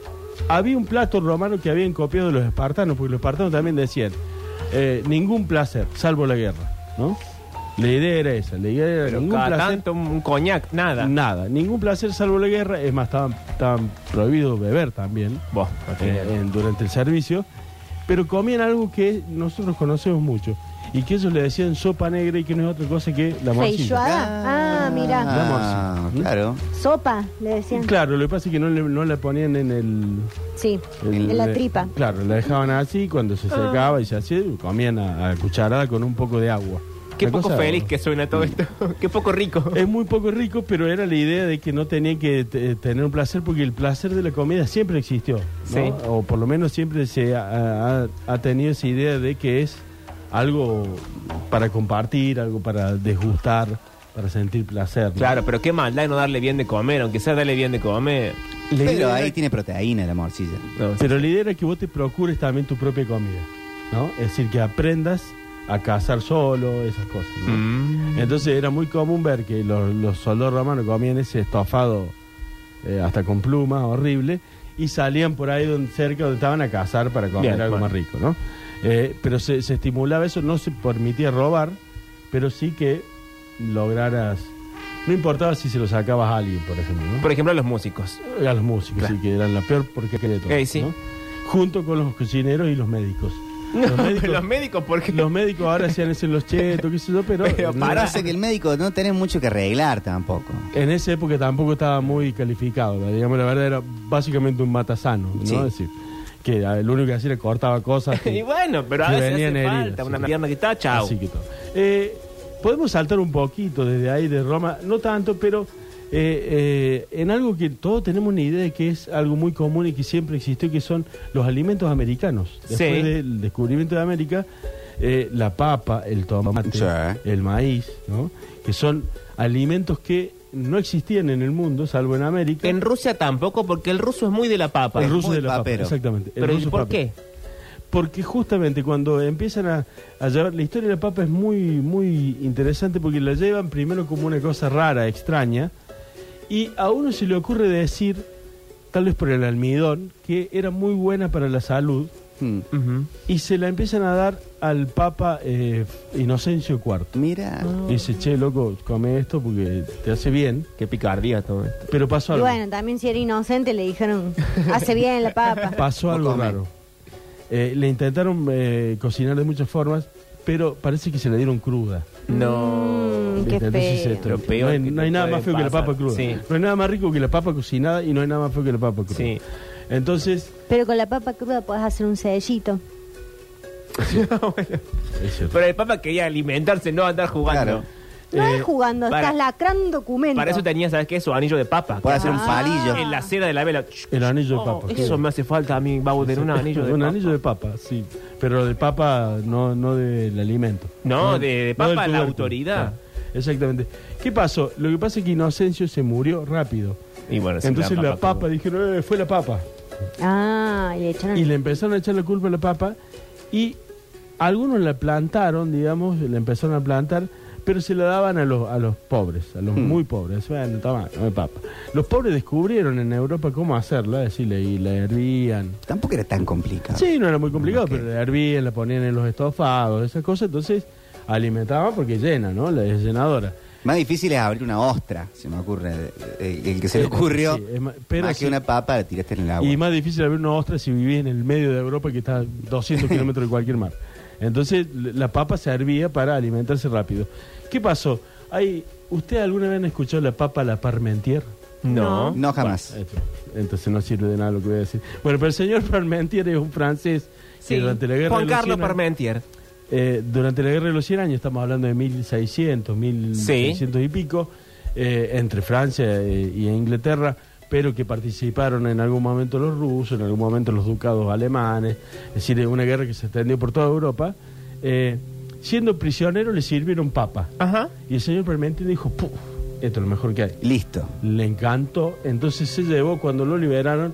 [SPEAKER 3] había un plato romano que habían copiado los espartanos, porque los espartanos también decían, eh, ningún placer, salvo la guerra, ¿no? La idea era esa, la idea era
[SPEAKER 2] Pero
[SPEAKER 3] ningún
[SPEAKER 2] cada
[SPEAKER 3] placer,
[SPEAKER 2] tanto un coñac, nada.
[SPEAKER 3] nada, ningún placer salvo la guerra, es más, estaban, estaban prohibidos beber también
[SPEAKER 2] Vos,
[SPEAKER 3] eh, en- durante el servicio, pero comían algo que nosotros conocemos mucho, y que ellos le decían sopa negra y que no es otra cosa que la morcilla.
[SPEAKER 4] Feijoada. Ah, mira.
[SPEAKER 1] Ah,
[SPEAKER 3] La morcilla.
[SPEAKER 1] claro.
[SPEAKER 4] Sopa, le decían.
[SPEAKER 3] Claro, lo que pasa es que no, le- no la ponían en el...
[SPEAKER 4] Sí,
[SPEAKER 1] El-
[SPEAKER 4] en la
[SPEAKER 3] Le-
[SPEAKER 4] tripa. Ah.
[SPEAKER 3] Claro, la dejaban así, cuando se secaba y se hacía, comían a, a cucharada con un poco de agua.
[SPEAKER 2] Qué
[SPEAKER 3] Una
[SPEAKER 2] poco
[SPEAKER 3] cosa-
[SPEAKER 2] feliz que suena todo esto. Qué poco rico.
[SPEAKER 3] Es muy poco rico, pero era la idea de que no tenía que te- tener un placer, porque el placer de la comida siempre existió. ¿no?
[SPEAKER 2] Sí.
[SPEAKER 3] O por lo menos siempre se ha, ha- ha tenido esa idea de que es algo para compartir, algo para desgustar, para sentir placer. ¿no?
[SPEAKER 2] Claro, pero qué maldad no darle bien de comer, aunque sea darle bien de comer.
[SPEAKER 3] La
[SPEAKER 1] Pero
[SPEAKER 3] idea
[SPEAKER 1] ahí
[SPEAKER 3] era-
[SPEAKER 1] tiene proteína la morcilla.
[SPEAKER 2] No,
[SPEAKER 3] Pero la idea era que vos te procures también tu propia comida, ¿no? Es decir, que aprendas a cazar solo, esas cosas. ¿no?
[SPEAKER 2] Mm.
[SPEAKER 3] Entonces era muy común ver que los, los soldados romanos comían ese estofado eh, hasta con plumas, horrible, y salían por ahí donde, cerca donde estaban a cazar para comer
[SPEAKER 2] Bien,
[SPEAKER 3] algo
[SPEAKER 2] bueno.
[SPEAKER 3] más rico, ¿no? Eh, pero se, se estimulaba eso, no se permitía robar, pero sí que lograras... No importaba si se lo sacabas a alguien, por ejemplo, ¿no?
[SPEAKER 2] Por ejemplo, a los músicos.
[SPEAKER 3] A los músicos, sí, que eran la peor porquería de todo.
[SPEAKER 2] Eh, sí.
[SPEAKER 3] Junto con los cocineros y los médicos.
[SPEAKER 2] No,
[SPEAKER 3] los, médicos
[SPEAKER 2] los médicos, ¿por qué?
[SPEAKER 3] los médicos ahora se han hecho los chetos, qué sé yo, pero,
[SPEAKER 2] Pero
[SPEAKER 3] en-
[SPEAKER 2] pará.
[SPEAKER 1] Parece que el médico no tiene mucho que arreglar tampoco.
[SPEAKER 3] en esa época tampoco estaba muy calificado. ¿no? Digamos, la verdad era básicamente un matasano, ¿no?
[SPEAKER 1] Sí.
[SPEAKER 3] Es decir, que a- lo único que hacía era cortaba cosas. que-
[SPEAKER 2] Y bueno, pero a
[SPEAKER 3] que
[SPEAKER 2] veces hace
[SPEAKER 3] venían
[SPEAKER 2] falta
[SPEAKER 3] heridas,
[SPEAKER 2] una
[SPEAKER 3] sí.
[SPEAKER 2] pierna que está, chao.
[SPEAKER 3] Así que todo. Eh, podemos saltar un poquito desde ahí de Roma, no tanto, pero eh, eh, en algo que todos tenemos una idea de que es algo muy común y que siempre existió, que son los alimentos americanos. Después
[SPEAKER 2] Sí.
[SPEAKER 3] del descubrimiento de América, eh, la papa, el tomate,
[SPEAKER 1] Sí.
[SPEAKER 3] el maíz, ¿no? que son alimentos que no existían en el mundo, salvo en América.
[SPEAKER 2] En Rusia tampoco, porque el ruso es muy de la papa.
[SPEAKER 1] Es
[SPEAKER 3] el ruso
[SPEAKER 1] muy
[SPEAKER 3] de la papa,
[SPEAKER 1] papero.
[SPEAKER 3] exactamente. el
[SPEAKER 2] pero ¿y
[SPEAKER 3] ruso
[SPEAKER 2] por
[SPEAKER 3] papero.
[SPEAKER 2] qué?
[SPEAKER 3] Porque justamente cuando empiezan a, a llevar la historia de la papa es muy muy interesante porque la llevan primero como una cosa rara, extraña, y a uno se le ocurre decir, tal vez por el almidón, que era muy buena para la salud,
[SPEAKER 1] Hmm.
[SPEAKER 2] Ujú.
[SPEAKER 3] y se la empiezan a dar al papa eh, Inocencio IV.
[SPEAKER 1] Mira.
[SPEAKER 3] Y dice, che, loco, come esto porque te hace bien,
[SPEAKER 2] Qué picardía todo esto.
[SPEAKER 3] pero pasó
[SPEAKER 4] Y
[SPEAKER 3] algo.
[SPEAKER 4] bueno, también si era inocente le dijeron, hace bien la papa.
[SPEAKER 3] Pasó
[SPEAKER 1] No
[SPEAKER 3] algo
[SPEAKER 1] come.
[SPEAKER 3] raro. Eh, le intentaron eh, cocinar de muchas formas, pero parece que se la dieron cruda.
[SPEAKER 2] No.
[SPEAKER 4] Mm, qué
[SPEAKER 3] ¿Viste? Entonces,
[SPEAKER 4] feo.
[SPEAKER 3] esto,
[SPEAKER 2] Lo peor
[SPEAKER 3] no hay,
[SPEAKER 2] que
[SPEAKER 3] no
[SPEAKER 2] te
[SPEAKER 3] hay nada
[SPEAKER 2] puede
[SPEAKER 3] más feo que la
[SPEAKER 2] pasar.
[SPEAKER 3] papa cruda.
[SPEAKER 2] Sí.
[SPEAKER 3] No hay nada más rico que la papa cocinada y no hay nada más feo que la papa cruda.
[SPEAKER 2] Sí.
[SPEAKER 3] Entonces,
[SPEAKER 4] Pero con la papa cruda podés hacer un sellito.
[SPEAKER 3] es cierto.
[SPEAKER 2] Pero el papa quería alimentarse, no andar jugando.
[SPEAKER 1] Claro.
[SPEAKER 4] No
[SPEAKER 3] Eh,
[SPEAKER 4] es jugando,
[SPEAKER 2] para-
[SPEAKER 4] estás lacrando documentos.
[SPEAKER 2] Para eso tenía, ¿sabes qué? Su anillo de papa.
[SPEAKER 1] Puede hacer un
[SPEAKER 4] Ah.
[SPEAKER 1] palillo.
[SPEAKER 2] En la seda de la vela.
[SPEAKER 3] El anillo de
[SPEAKER 2] Oh,
[SPEAKER 3] papa.
[SPEAKER 2] eso me hace falta a mí, Babo, tener un anillo de
[SPEAKER 3] un
[SPEAKER 2] papa.
[SPEAKER 3] anillo de papa, sí. Pero de papa, no, no del alimento.
[SPEAKER 2] No, de- de
[SPEAKER 3] del
[SPEAKER 2] papa la
[SPEAKER 3] tubérculo.
[SPEAKER 2] autoridad.
[SPEAKER 3] Claro, Exactamente. ¿Qué pasó? Lo que pasa es que Inocencio se murió rápido.
[SPEAKER 2] Y bueno, sí,
[SPEAKER 3] Entonces la papa,
[SPEAKER 2] cruda.
[SPEAKER 3] dijeron, "Eh, fue la papa.
[SPEAKER 4] Ah, y le echaron.
[SPEAKER 3] Y le empezaron a echar la culpa a la papa y algunos la plantaron, digamos, la empezaron a plantar, pero se la daban a los, a los pobres, a los muy pobres. Bueno, toma, come papa. Los pobres descubrieron en Europa cómo hacerla, es decir, la, y la hervían.
[SPEAKER 1] Tampoco era tan complicado.
[SPEAKER 3] Sí, no era muy complicado,
[SPEAKER 1] Ok.
[SPEAKER 3] pero la hervían, la ponían en los estofados, esas cosas, entonces alimentaban porque llena, ¿no? La es llenadora.
[SPEAKER 1] Más difícil es abrir una ostra, se me ocurre. El, el que se le ocurrió.
[SPEAKER 3] Sí, es ma- pero
[SPEAKER 1] pero más
[SPEAKER 3] sí.
[SPEAKER 1] que una papa la tiraste en el agua.
[SPEAKER 3] Y más difícil abrir una ostra si vivís en el medio de Europa que está a 200 kilómetros de cualquier mar. Entonces l- la papa servía para alimentarse rápido. ¿Qué pasó? Hay, ¿Usted alguna vez han escuchado la papa a la parmentier?
[SPEAKER 2] No.
[SPEAKER 1] No jamás.
[SPEAKER 3] Bueno, esto- entonces no sirve de nada lo que voy a decir. Bueno, pero el señor Parmentier es un francés
[SPEAKER 2] Sí.
[SPEAKER 3] que durante la guerra
[SPEAKER 2] Juan
[SPEAKER 3] de los
[SPEAKER 2] Carlos
[SPEAKER 3] 100 años-
[SPEAKER 2] Parmentier.
[SPEAKER 3] eh, durante la guerra de los 100 años, estamos hablando de 1600, 1600 y pico, eh, entre Francia eh, y Inglaterra, pero que participaron en algún momento los rusos, en algún momento los ducados alemanes, es decir, es una guerra que se extendió por toda Europa. eh, siendo prisionero le sirvieron papa.
[SPEAKER 2] Ajá.
[SPEAKER 3] Y el señor Parmentier dijo, "Puf, esto es lo mejor que hay
[SPEAKER 1] Listo.
[SPEAKER 3] le encantó, entonces se llevó cuando lo liberaron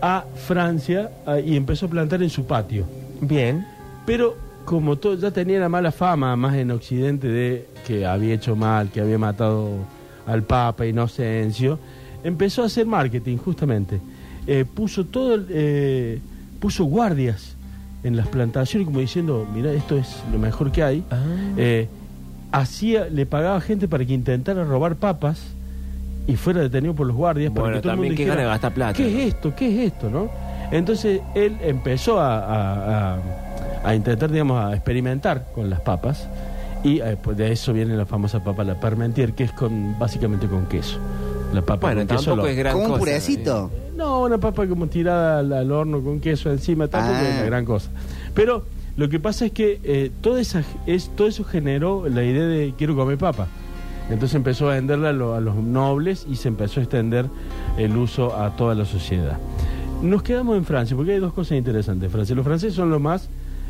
[SPEAKER 3] a Francia a- y empezó a plantar en su patio.
[SPEAKER 2] Bien.
[SPEAKER 3] Pero como todo ya tenía la mala fama, más en Occidente, de que había hecho mal, que había matado al Papa Inocencio, empezó a hacer marketing justamente. Eh, puso todo, el- eh, puso guardias en las plantaciones como diciendo, mira, esto es lo mejor que hay.
[SPEAKER 2] Ah.
[SPEAKER 3] Eh, hacía, le pagaba gente para que intentara robar papas y fuera detenido por los guardias. para
[SPEAKER 2] Bueno,
[SPEAKER 3] que todo el
[SPEAKER 2] también
[SPEAKER 3] mundo
[SPEAKER 2] qué
[SPEAKER 3] dijera,
[SPEAKER 2] gana de gastar plata,
[SPEAKER 3] ¿Qué
[SPEAKER 2] ¿no?
[SPEAKER 3] es esto? ¿Qué es esto? ¿No? Entonces él empezó a, a- a- a intentar, digamos, a experimentar con las papas. Y eh, pues, de eso viene la famosa papa la parmentier, que es con básicamente con queso. La papa
[SPEAKER 2] Bueno,
[SPEAKER 3] con queso.
[SPEAKER 2] tampoco
[SPEAKER 3] lo-
[SPEAKER 2] es gran
[SPEAKER 1] Como un
[SPEAKER 2] cosa,
[SPEAKER 1] purecito.
[SPEAKER 3] no, una papa como tirada al, al horno con queso encima, tampoco
[SPEAKER 1] Ah.
[SPEAKER 3] es la gran cosa. Pero lo que pasa es que eh, toda esa, es, todo eso generó la idea de quiero comer papa. Entonces empezó a venderla a, lo- a los nobles y se empezó a extender el uso a toda la sociedad. Nos quedamos en Francia, porque hay dos cosas interesantes. en Francia. Los franceses son los más,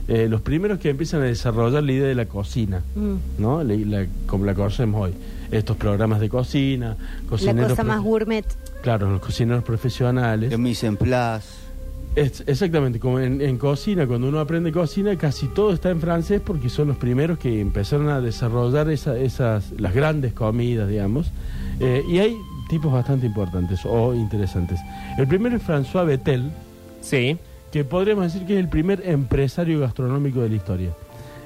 [SPEAKER 3] eh, los primeros que empiezan a desarrollar la idea de la cocina.
[SPEAKER 4] Mm.
[SPEAKER 3] ¿no? La- la- como la conocemos hoy. Estos programas de cocina,
[SPEAKER 4] La
[SPEAKER 3] cocineros
[SPEAKER 4] cosa más
[SPEAKER 3] profe-
[SPEAKER 4] gourmet.
[SPEAKER 3] Claro, los cocineros profesionales.
[SPEAKER 1] Lo mise en place.
[SPEAKER 3] Es- exactamente, como en, en cocina, cuando uno aprende cocina, casi todo está en francés porque son los primeros que empezaron a desarrollar esa- esas, las grandes comidas, digamos. Eh, y hay tipos bastante importantes o interesantes. El primero es François Bettel,
[SPEAKER 2] Sí.
[SPEAKER 3] que podríamos decir que es el primer empresario gastronómico de la historia.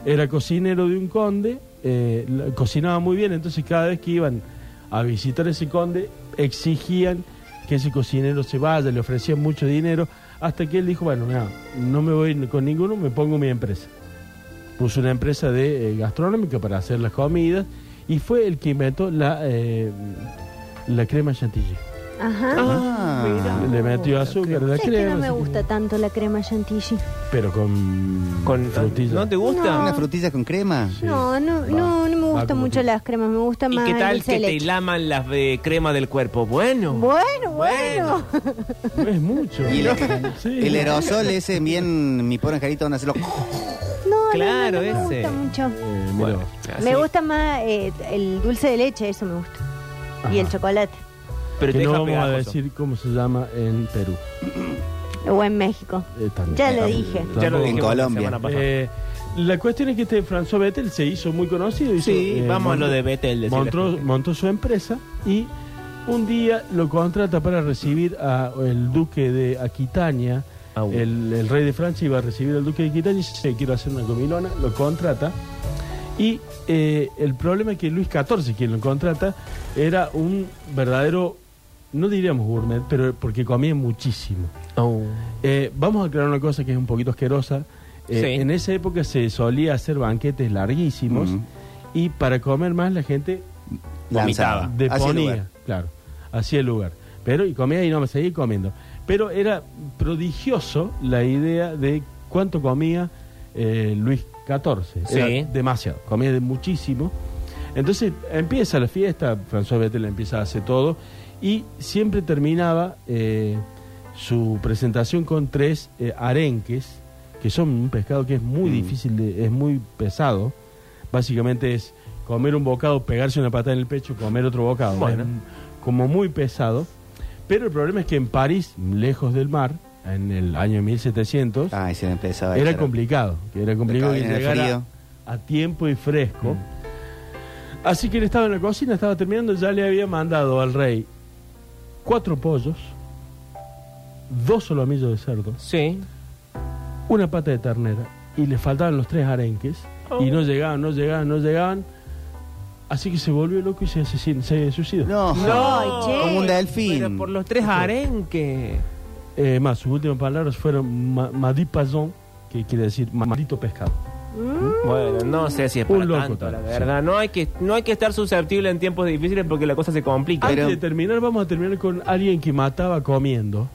[SPEAKER 3] Era cocinero de un conde, eh, la- cocinaba muy bien, entonces cada vez que iban a visitar ese conde exigían que ese cocinero se vaya, le ofrecían mucho dinero, hasta que él dijo, bueno, mira, no me voy con ninguno, me pongo mi empresa. Puso una empresa de eh, gastronómica para hacer las comidas y fue el que inventó la, eh, la crema chantilly.
[SPEAKER 4] Ajá.
[SPEAKER 1] Ah.
[SPEAKER 3] Le metió azúcar a la
[SPEAKER 4] Es que
[SPEAKER 3] crema.
[SPEAKER 4] no me
[SPEAKER 3] así
[SPEAKER 4] gusta tanto la crema chantilly.
[SPEAKER 3] Pero con,
[SPEAKER 2] Con,
[SPEAKER 3] frutilla.
[SPEAKER 2] ¿No te gusta?
[SPEAKER 1] ¿Una frutilla con crema?
[SPEAKER 3] Sí.
[SPEAKER 4] No, no, no, no me
[SPEAKER 3] va
[SPEAKER 4] gustan
[SPEAKER 3] como
[SPEAKER 4] mucho
[SPEAKER 3] tú.
[SPEAKER 4] las cremas, me gusta
[SPEAKER 2] ¿Y
[SPEAKER 4] más
[SPEAKER 2] qué
[SPEAKER 4] el
[SPEAKER 2] tal
[SPEAKER 4] dulce
[SPEAKER 2] que
[SPEAKER 4] de
[SPEAKER 2] te
[SPEAKER 4] leche.
[SPEAKER 2] laman las de crema del cuerpo? Bueno.
[SPEAKER 4] Bueno, bueno.
[SPEAKER 2] Bueno.
[SPEAKER 3] No es mucho.
[SPEAKER 1] Y el,
[SPEAKER 3] Sí.
[SPEAKER 1] el aerosol ese bien, mi pobre angelito, van a hacerlo.
[SPEAKER 4] No,
[SPEAKER 2] Claro,
[SPEAKER 4] no, no, no me
[SPEAKER 2] ese. Ah,
[SPEAKER 4] gusta mucho.
[SPEAKER 3] Eh, mira
[SPEAKER 2] Bueno,
[SPEAKER 3] vos.
[SPEAKER 2] así.
[SPEAKER 4] Me gusta más eh, el dulce de leche, eso me gusta. Y el
[SPEAKER 3] Ajá.
[SPEAKER 4] chocolate.
[SPEAKER 2] Pero te
[SPEAKER 3] que no
[SPEAKER 2] deja
[SPEAKER 3] vamos a
[SPEAKER 2] pegajoso.
[SPEAKER 3] decir cómo se llama en Perú.
[SPEAKER 4] O en México.
[SPEAKER 3] Eh, también.
[SPEAKER 4] Ya lo
[SPEAKER 3] Tampoco-
[SPEAKER 4] dije.
[SPEAKER 2] Ya lo
[SPEAKER 3] tampoco-
[SPEAKER 1] En
[SPEAKER 2] dijimos la
[SPEAKER 1] Colombia.
[SPEAKER 2] semana pasada.
[SPEAKER 3] Eh, la cuestión es que este François Bettel se hizo muy conocido. hizo,
[SPEAKER 2] Sí,
[SPEAKER 3] eh,
[SPEAKER 2] vamos a
[SPEAKER 3] montó-
[SPEAKER 2] lo de Betel. decirle a la
[SPEAKER 3] Montó,
[SPEAKER 2] gente.
[SPEAKER 3] montó su empresa y un día lo contrata para recibir al duque de Aquitania.
[SPEAKER 2] Ah, bueno.
[SPEAKER 3] El, el rey de Francia iba a recibir al duque de Aquitania y dice, quiero hacer una comilona, lo contrata. Y eh, el problema es que Luis XIV, quien lo contrata, era un verdadero, no diríamos gourmet, pero porque comía muchísimo.
[SPEAKER 2] Oh.
[SPEAKER 3] Eh, vamos a aclarar una cosa que es un poquito asquerosa. Eh,
[SPEAKER 2] Sí.
[SPEAKER 3] En esa época se solía hacer banquetes larguísimos
[SPEAKER 1] Mm.
[SPEAKER 3] y para comer más la gente
[SPEAKER 1] Lanzaba. Hacia
[SPEAKER 2] Vomitaba.
[SPEAKER 1] el
[SPEAKER 3] deponía,
[SPEAKER 1] lugar.
[SPEAKER 3] claro, hacía el lugar. Pero y comía y no me seguía comiendo. Pero era prodigioso la idea de cuánto comía eh, Luis XIV. Era
[SPEAKER 2] Sí.
[SPEAKER 3] demasiado, comía de muchísimo. Entonces empieza la fiesta, François Bettel empieza a hacer todo y siempre terminaba eh, su presentación con tres eh, arenques, que son un pescado que es
[SPEAKER 1] Mm.
[SPEAKER 3] muy difícil, de- es muy pesado. Básicamente es comer un bocado, pegarse una patada en el pecho, comer otro bocado.
[SPEAKER 2] Bueno.
[SPEAKER 3] Es m- como muy pesado. Pero el problema es que en París, lejos del mar, en el año 1700,
[SPEAKER 1] Ay, se me empezaba a
[SPEAKER 3] era
[SPEAKER 1] echar.
[SPEAKER 3] complicado, que era complicado que
[SPEAKER 1] Estaba en el
[SPEAKER 3] llegar a,
[SPEAKER 1] frío.
[SPEAKER 3] a tiempo y fresco.
[SPEAKER 1] Mm.
[SPEAKER 3] Así que él estaba en la cocina, estaba terminando, ya le había mandado al rey cuatro pollos, dos solomillos de cerdo,
[SPEAKER 2] Sí.
[SPEAKER 3] una pata de
[SPEAKER 2] Oh.
[SPEAKER 3] ternera, y le faltaban los tres arenques, y no llegaban, no llegaban, no llegaban. Así que se volvió loco y se, asesina, se suicidó.
[SPEAKER 1] No,
[SPEAKER 2] No,
[SPEAKER 4] che.
[SPEAKER 1] como un delfín.
[SPEAKER 2] Pero por los tres arenques.
[SPEAKER 3] Eh, más, sus últimas palabras fueron ma, "Maudit poisson", que quiere decir ma- maldito pescado.
[SPEAKER 2] Bueno, no sé si es
[SPEAKER 3] Un
[SPEAKER 2] para
[SPEAKER 3] loco
[SPEAKER 2] tanto, la
[SPEAKER 3] tal,
[SPEAKER 2] verdad. No, hay que, no hay que estar susceptible en tiempos difíciles porque la cosa se complica.
[SPEAKER 1] Pero-
[SPEAKER 3] Antes de terminar, vamos a terminar con alguien que mataba comiendo.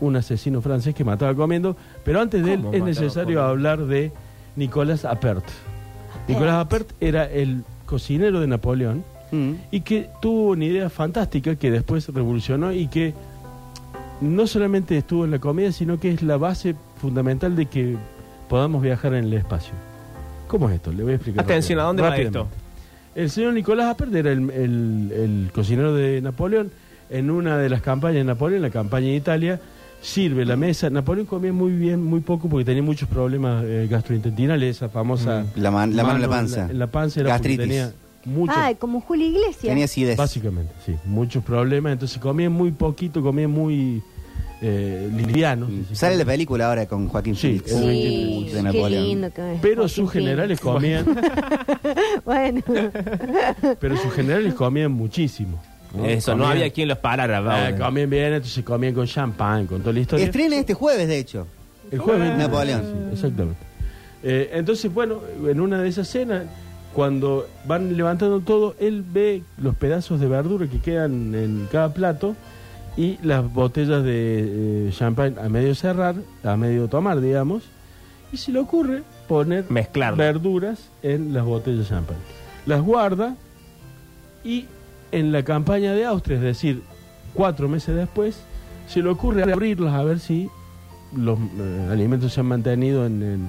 [SPEAKER 3] Un asesino francés que mataba comiendo. Pero antes de él
[SPEAKER 2] ¿Cómo
[SPEAKER 3] es
[SPEAKER 2] mataba
[SPEAKER 3] necesario
[SPEAKER 2] comiendo?
[SPEAKER 3] hablar de Nicolas Appert. Nicolas Appert era el cocinero de Napoleón
[SPEAKER 1] Mm.
[SPEAKER 3] y que tuvo una idea fantástica que después revolucionó y que no solamente estuvo en la comida, sino que es la base fundamental de que podamos viajar en el espacio. ¿Cómo es esto? Le voy a explicar.
[SPEAKER 2] Atención,
[SPEAKER 3] rápido-
[SPEAKER 2] ¿a dónde va
[SPEAKER 3] rápidamente.
[SPEAKER 2] esto?
[SPEAKER 3] El señor Nicolás Appert era el, el- el cocinero de Napoleón. En una de las campañas de Napoleón, la campaña en Italia, sirve la mesa. Napoleón comía muy bien, muy poco, porque tenía muchos problemas eh, gastrointestinales, esa famosa...
[SPEAKER 1] Mm. La man- la mano en la
[SPEAKER 3] en
[SPEAKER 1] panza.
[SPEAKER 3] En la, panza era porque
[SPEAKER 1] Gastritis.
[SPEAKER 3] tenía muchos
[SPEAKER 4] Ay, como Julio Iglesias.
[SPEAKER 1] Tenía acidez.
[SPEAKER 3] Básicamente, sí. Muchos problemas. Entonces comía muy poquito, comía muy eh, liviano. si se
[SPEAKER 1] Mm. Sale la
[SPEAKER 3] quiere.
[SPEAKER 1] película ahora con Joaquín
[SPEAKER 3] Sí,
[SPEAKER 1] Phoenix.
[SPEAKER 3] es
[SPEAKER 4] Sí,
[SPEAKER 1] de
[SPEAKER 4] qué
[SPEAKER 1] Napoleón.
[SPEAKER 4] lindo que es.
[SPEAKER 3] Pero
[SPEAKER 4] Joaquín
[SPEAKER 3] sus
[SPEAKER 4] Phoenix.
[SPEAKER 3] generales comían,
[SPEAKER 4] Bueno,
[SPEAKER 3] pero sus generales comían muchísimo.
[SPEAKER 2] Eso, no
[SPEAKER 3] Comían-
[SPEAKER 2] había quien los parara.
[SPEAKER 3] Ah,
[SPEAKER 2] vamos.
[SPEAKER 3] comían bien, entonces comían con champán, con toda la historia.
[SPEAKER 1] Estrena este jueves, de hecho.
[SPEAKER 3] El jueves. 20.
[SPEAKER 1] Napoleón.
[SPEAKER 3] Sí, exactamente. Eh, entonces, bueno, en una de esas cenas, cuando van levantando todo, él ve los pedazos de verdura que quedan en cada plato y las botellas de eh, champagne a medio cerrar, a medio tomar, digamos, y se le ocurre poner
[SPEAKER 2] Mezclarlo.
[SPEAKER 3] verduras en las botellas de champagne. Las guarda y en la campaña de Austria, es decir, cuatro meses después, se le ocurre abrirlas a ver si los eh, alimentos se han mantenido en, en,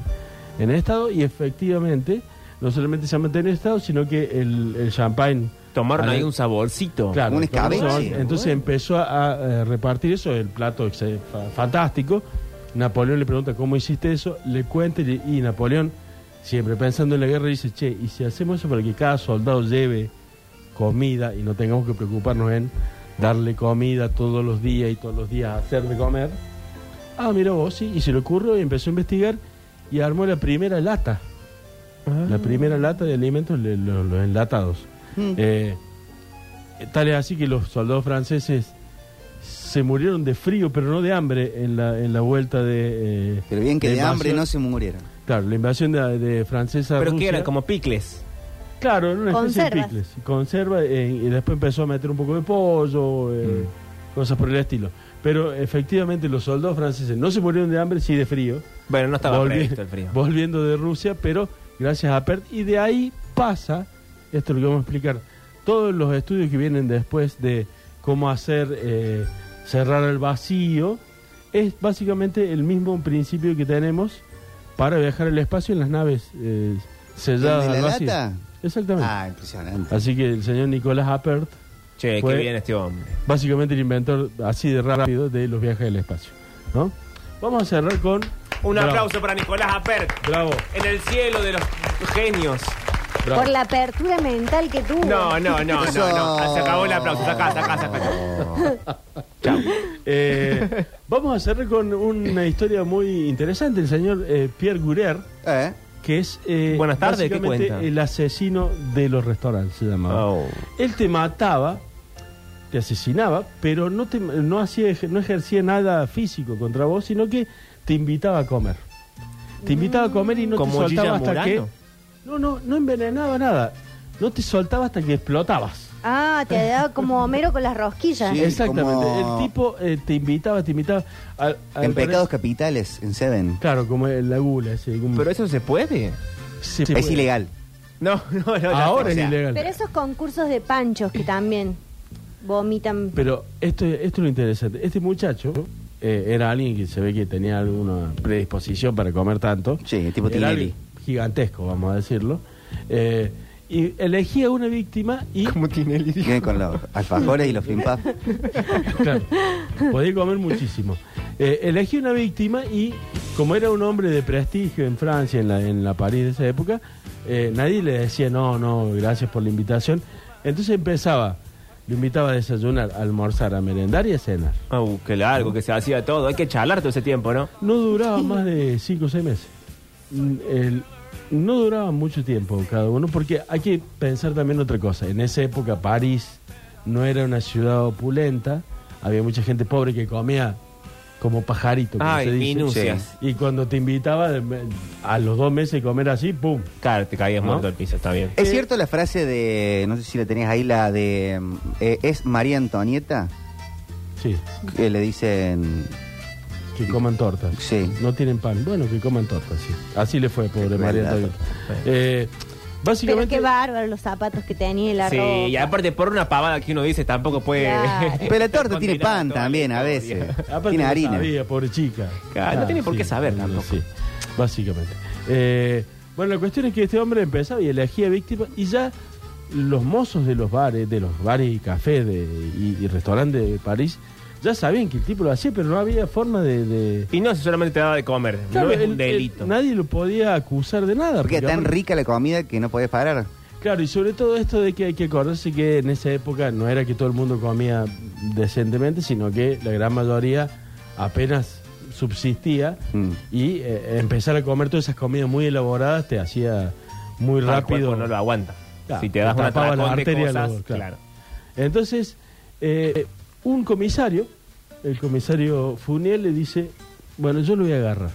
[SPEAKER 3] en estado y efectivamente no solamente se han mantenido en estado, sino que el, el champagne...
[SPEAKER 2] Tomaron
[SPEAKER 3] Al-
[SPEAKER 2] ahí un saborcito.
[SPEAKER 3] Claro,
[SPEAKER 1] Un
[SPEAKER 3] entonces-
[SPEAKER 1] escabeche.
[SPEAKER 3] Entonces empezó a, a, eh, repartir eso, el plato ex- eh, fa- fantástico. Napoleón le pregunta cómo hiciste eso, le cuenta y, le- y Napoleón, siempre pensando en la guerra, dice, che, ¿y si hacemos eso para que cada soldado lleve comida y no tengamos que preocuparnos en darle comida todos los días y todos los días hacer de comer? Ah, mira vos, sí, y se le ocurrió y empezó a investigar y armó la primera lata, la primera lata de alimentos, le- lo- los enlatados.
[SPEAKER 1] Mm.
[SPEAKER 3] Eh, tal es así que los soldados franceses se murieron de frío, pero no de hambre, en la, en la vuelta de... eh,
[SPEAKER 1] Pero bien que
[SPEAKER 3] la
[SPEAKER 1] de hambre
[SPEAKER 3] invasión-
[SPEAKER 1] no se murieron.
[SPEAKER 3] Claro, la invasión de, de francesa a
[SPEAKER 2] Pero que
[SPEAKER 3] Rusia.
[SPEAKER 2] eran como picles.
[SPEAKER 3] Claro, era una especie de
[SPEAKER 4] Conservas.
[SPEAKER 3] picles. Conserva eh, y después empezó a meter un poco de pollo, eh,
[SPEAKER 1] Mm.
[SPEAKER 3] cosas por el estilo. Pero efectivamente los soldados franceses no se murieron de hambre, sí de frío.
[SPEAKER 2] Bueno, no estaba
[SPEAKER 3] Volvi-
[SPEAKER 2] previsto el frío.
[SPEAKER 3] Volviendo de Rusia, pero gracias a Pert. Y de ahí pasa, esto es lo que vamos a explicar, todos los estudios que vienen después de cómo hacer eh, cerrar el vacío, es básicamente el mismo principio que tenemos para viajar al espacio en las naves eh, selladas
[SPEAKER 1] ¿El de
[SPEAKER 3] al
[SPEAKER 1] la
[SPEAKER 3] vacío.
[SPEAKER 1] lata?
[SPEAKER 3] Exactamente.
[SPEAKER 1] Ah, impresionante.
[SPEAKER 3] Así que el señor Nicolás Appert,
[SPEAKER 2] Che,
[SPEAKER 3] Fue-
[SPEAKER 2] qué bien este hombre.
[SPEAKER 3] básicamente el inventor así de rápido de los viajes al espacio. ¿no? Vamos a cerrar con...
[SPEAKER 2] Un
[SPEAKER 3] Bravo,
[SPEAKER 2] aplauso para Nicolás Apert.
[SPEAKER 3] Bravo,
[SPEAKER 2] En el cielo de los genios.
[SPEAKER 3] bravo.
[SPEAKER 4] por la apertura mental que tuvo.
[SPEAKER 2] No, no, no, no, no.
[SPEAKER 1] Eso.
[SPEAKER 2] Se acabó el aplauso. Sacá, sacá, sacá.
[SPEAKER 3] Eh, vamos a cerrar con una historia muy interesante. El señor eh, Pierre Gurer,
[SPEAKER 1] Eh,
[SPEAKER 3] que es eh,
[SPEAKER 2] Buenas tardes, ¿qué
[SPEAKER 3] básicamente
[SPEAKER 2] cuenta?
[SPEAKER 3] el asesino de los restaurantes, se llamaba.
[SPEAKER 2] Oh.
[SPEAKER 3] Él te mataba, te asesinaba, pero no, te, no, hacía, ej- no ejercía nada físico contra vos, sino que te invitaba a comer. Te invitaba a comer y no
[SPEAKER 2] Como
[SPEAKER 3] te soltaba
[SPEAKER 2] Gilla
[SPEAKER 3] hasta
[SPEAKER 2] Murano.
[SPEAKER 3] que... No, no, no envenenaba nada. No te soltaba hasta que explotabas.
[SPEAKER 4] Ah, te daba como Homero con las rosquillas.
[SPEAKER 1] Sí.
[SPEAKER 3] Exactamente.
[SPEAKER 1] como-
[SPEAKER 3] El tipo eh, te invitaba, te invitaba. al- al
[SPEAKER 1] en
[SPEAKER 3] parecer-
[SPEAKER 1] Pecados Capitales, en Seven.
[SPEAKER 3] Claro, como el- la gula. sí, como-
[SPEAKER 2] Pero eso se puede.
[SPEAKER 3] Sí,
[SPEAKER 1] es
[SPEAKER 3] puede.
[SPEAKER 1] ilegal.
[SPEAKER 2] No, no, no. ya
[SPEAKER 3] Ahora
[SPEAKER 2] sé, o
[SPEAKER 3] es
[SPEAKER 2] sea,
[SPEAKER 3] ilegal.
[SPEAKER 4] Pero esos concursos de panchos que también vomitan.
[SPEAKER 3] Pero esto, esto es lo interesante. Este muchacho eh, era alguien que se ve que tenía alguna predisposición para comer tanto.
[SPEAKER 1] Sí, tipo
[SPEAKER 3] Era
[SPEAKER 1] Tinelli.
[SPEAKER 3] alguien Gigantesco, vamos a decirlo. Eh, y elegía una víctima y
[SPEAKER 2] Como Tinelli dijo.
[SPEAKER 1] Viene con los alfajores y los flimpas.
[SPEAKER 3] Claro, podía comer muchísimo. Eh, elegí una víctima y como era un hombre de prestigio en Francia, en la, en la París de esa época, eh, nadie le decía no, no, gracias por la invitación. Entonces empezaba, lo invitaba a desayunar, a almorzar, a merendar y a cenar.
[SPEAKER 2] Oh, qué largo que se hacía todo. Hay que charlar todo ese tiempo, ¿no?
[SPEAKER 3] No duraba más de 5 o 6 meses. Mm, el- no duraba mucho tiempo cada uno, porque hay que pensar también otra cosa. En esa época París no era una ciudad opulenta, había mucha gente pobre que comía como pajarito, como
[SPEAKER 2] Ay,
[SPEAKER 3] se dice.
[SPEAKER 2] minucias.
[SPEAKER 3] Y cuando te invitaba de- a los dos meses de comer así, ¡pum!
[SPEAKER 2] Claro, te caías
[SPEAKER 3] ¿No?
[SPEAKER 2] muerto al piso, está
[SPEAKER 4] Eh,
[SPEAKER 2] bien.
[SPEAKER 1] ¿Es cierto la frase de, no sé si la tenías ahí, la de, mm, eh, es María Antonieta?
[SPEAKER 3] Sí,
[SPEAKER 1] Que le dicen,
[SPEAKER 3] Eh, que coman tortas.
[SPEAKER 1] Sí.
[SPEAKER 3] No tienen pan. Bueno, que coman tortas, sí. Así le fue, pobre
[SPEAKER 1] Qué
[SPEAKER 3] María
[SPEAKER 1] crueldad.
[SPEAKER 3] Antonieta. Eh,
[SPEAKER 4] Pero
[SPEAKER 3] básicamente...
[SPEAKER 4] qué bárbaro los zapatos que tenía y la
[SPEAKER 2] Sí,
[SPEAKER 4] ropa.
[SPEAKER 2] y aparte por una pavada que uno dice tampoco puede...
[SPEAKER 4] Claro.
[SPEAKER 1] pero la torta
[SPEAKER 2] continuar
[SPEAKER 1] tiene pan
[SPEAKER 2] toda la
[SPEAKER 1] también a
[SPEAKER 2] historia.
[SPEAKER 1] veces,
[SPEAKER 3] Aparte
[SPEAKER 1] tiene
[SPEAKER 3] no
[SPEAKER 1] harina.
[SPEAKER 3] sabía, pobre chica.
[SPEAKER 2] Claro, no tiene por qué saber tampoco.
[SPEAKER 3] Sí, básicamente. Eh, bueno, la cuestión es que este hombre empezaba y elegía víctimas y ya los mozos de los bares, de los bares y cafés de- y, y restaurantes de París, ya sabían que el tipo lo hacía, pero no había forma de... de-
[SPEAKER 2] Y no, solamente te daba de comer,
[SPEAKER 3] Claro,
[SPEAKER 2] no es
[SPEAKER 3] el-
[SPEAKER 2] un
[SPEAKER 3] el-
[SPEAKER 2] delito.
[SPEAKER 3] nadie lo podía acusar de nada.
[SPEAKER 1] Porque es tan
[SPEAKER 3] aparte- Ah,
[SPEAKER 1] rica la comida que no podés parar.
[SPEAKER 3] Claro, y sobre todo esto de que hay que acordarse que en esa época no era que todo el mundo comía decentemente, sino que la gran mayoría apenas subsistía
[SPEAKER 1] Mm.
[SPEAKER 3] y eh, empezar a comer todas esas comidas muy elaboradas te hacía muy
[SPEAKER 2] Al
[SPEAKER 3] rápido.
[SPEAKER 2] cuerpo no lo aguanta.
[SPEAKER 3] Claro,
[SPEAKER 2] si te das
[SPEAKER 3] te
[SPEAKER 2] una
[SPEAKER 3] tapaba la
[SPEAKER 2] atracón de
[SPEAKER 3] arteria
[SPEAKER 2] cosas,
[SPEAKER 3] luego, claro.
[SPEAKER 2] claro.
[SPEAKER 3] Entonces, eh, un comisario, el comisario Funiel, le dice, bueno, yo lo voy a agarrar,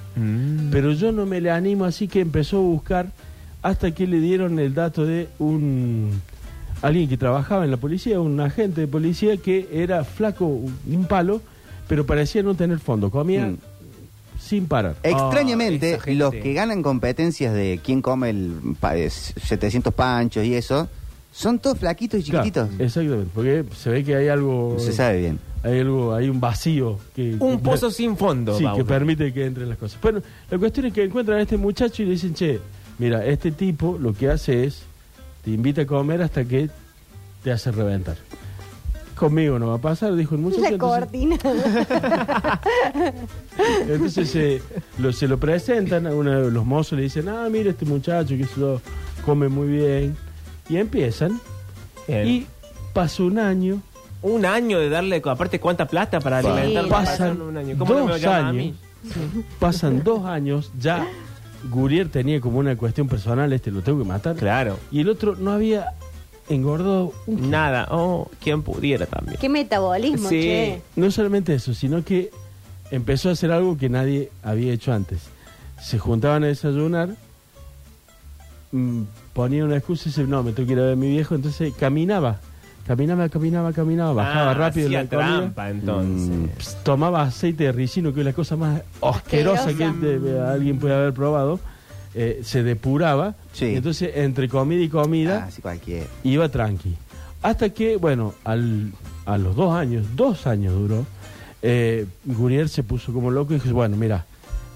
[SPEAKER 3] pero yo no me le animo, así que empezó a buscar hasta que le dieron el dato de un... Alguien que trabajaba en la policía, un agente de policía que era flaco, un palo, pero parecía no tener fondo, comía
[SPEAKER 1] Mm.
[SPEAKER 3] sin parar.
[SPEAKER 1] Extrañamente,
[SPEAKER 2] esa gente.
[SPEAKER 1] los que ganan competencias de quién come el pa- eh, 700 panchos y eso, son todos flaquitos y
[SPEAKER 3] Claro,
[SPEAKER 1] chiquititos.
[SPEAKER 3] exactamente, porque se ve que hay algo,
[SPEAKER 1] No se sabe bien.
[SPEAKER 3] hay algo, hay un vacío que
[SPEAKER 2] Un
[SPEAKER 3] que-
[SPEAKER 2] pozo sin fondo,
[SPEAKER 3] sí, que
[SPEAKER 2] Mauro.
[SPEAKER 3] permite que entren las cosas. Bueno, la cuestión es que encuentran a este muchacho y le dicen, che, mira, este tipo lo que hace es te invita a comer hasta que te hace reventar. Conmigo no va a pasar, dijo el muchacho.
[SPEAKER 4] La
[SPEAKER 3] entonces-
[SPEAKER 4] cortina.
[SPEAKER 3] entonces eh, lo- se lo presentan, a uno de los mozos le dicen, ah, mira este muchacho que eso come muy bien. Y empiezan.
[SPEAKER 2] Bien.
[SPEAKER 3] Y pasó un año,
[SPEAKER 2] Un año de darle, aparte, ¿cuánta plata para
[SPEAKER 1] Sí,
[SPEAKER 2] alimentar
[SPEAKER 4] la
[SPEAKER 3] pasan
[SPEAKER 2] un año? ¿Cómo no me lo
[SPEAKER 3] dos
[SPEAKER 2] llaman a
[SPEAKER 3] años,
[SPEAKER 2] mí?
[SPEAKER 3] pasan dos años, ya Gurier tenía como una cuestión personal, este lo tengo que matar,
[SPEAKER 2] Claro.
[SPEAKER 3] y el otro no había engordado un kilo.
[SPEAKER 2] Nada. Oh, quien pudiera también.
[SPEAKER 4] qué metabolismo,
[SPEAKER 2] Sí.
[SPEAKER 4] che.
[SPEAKER 3] No solamente eso, sino que empezó a hacer algo que nadie había hecho antes. Se juntaban a desayunar, mm, ponían una excusa y decían, no, me tengo que ir a ver a mi viejo, entonces caminaba, caminaba, caminaba, caminaba, bajaba
[SPEAKER 2] Ah,
[SPEAKER 3] rápido
[SPEAKER 2] hacía
[SPEAKER 3] la comida.
[SPEAKER 2] trampa, entonces. Eh,
[SPEAKER 1] Mm.
[SPEAKER 3] Pss, tomaba aceite de ricino, que es la cosa más asquerosa que te- alguien puede haber probado, eh, se depuraba.
[SPEAKER 1] Sí.
[SPEAKER 3] Y Entonces, entre comida y comida,
[SPEAKER 1] Ah, sí, cualquier.
[SPEAKER 3] iba tranqui. Hasta que, bueno, al- a los dos años, dos años duró, eh, Gurriel se puso como loco y dijo, bueno, mira,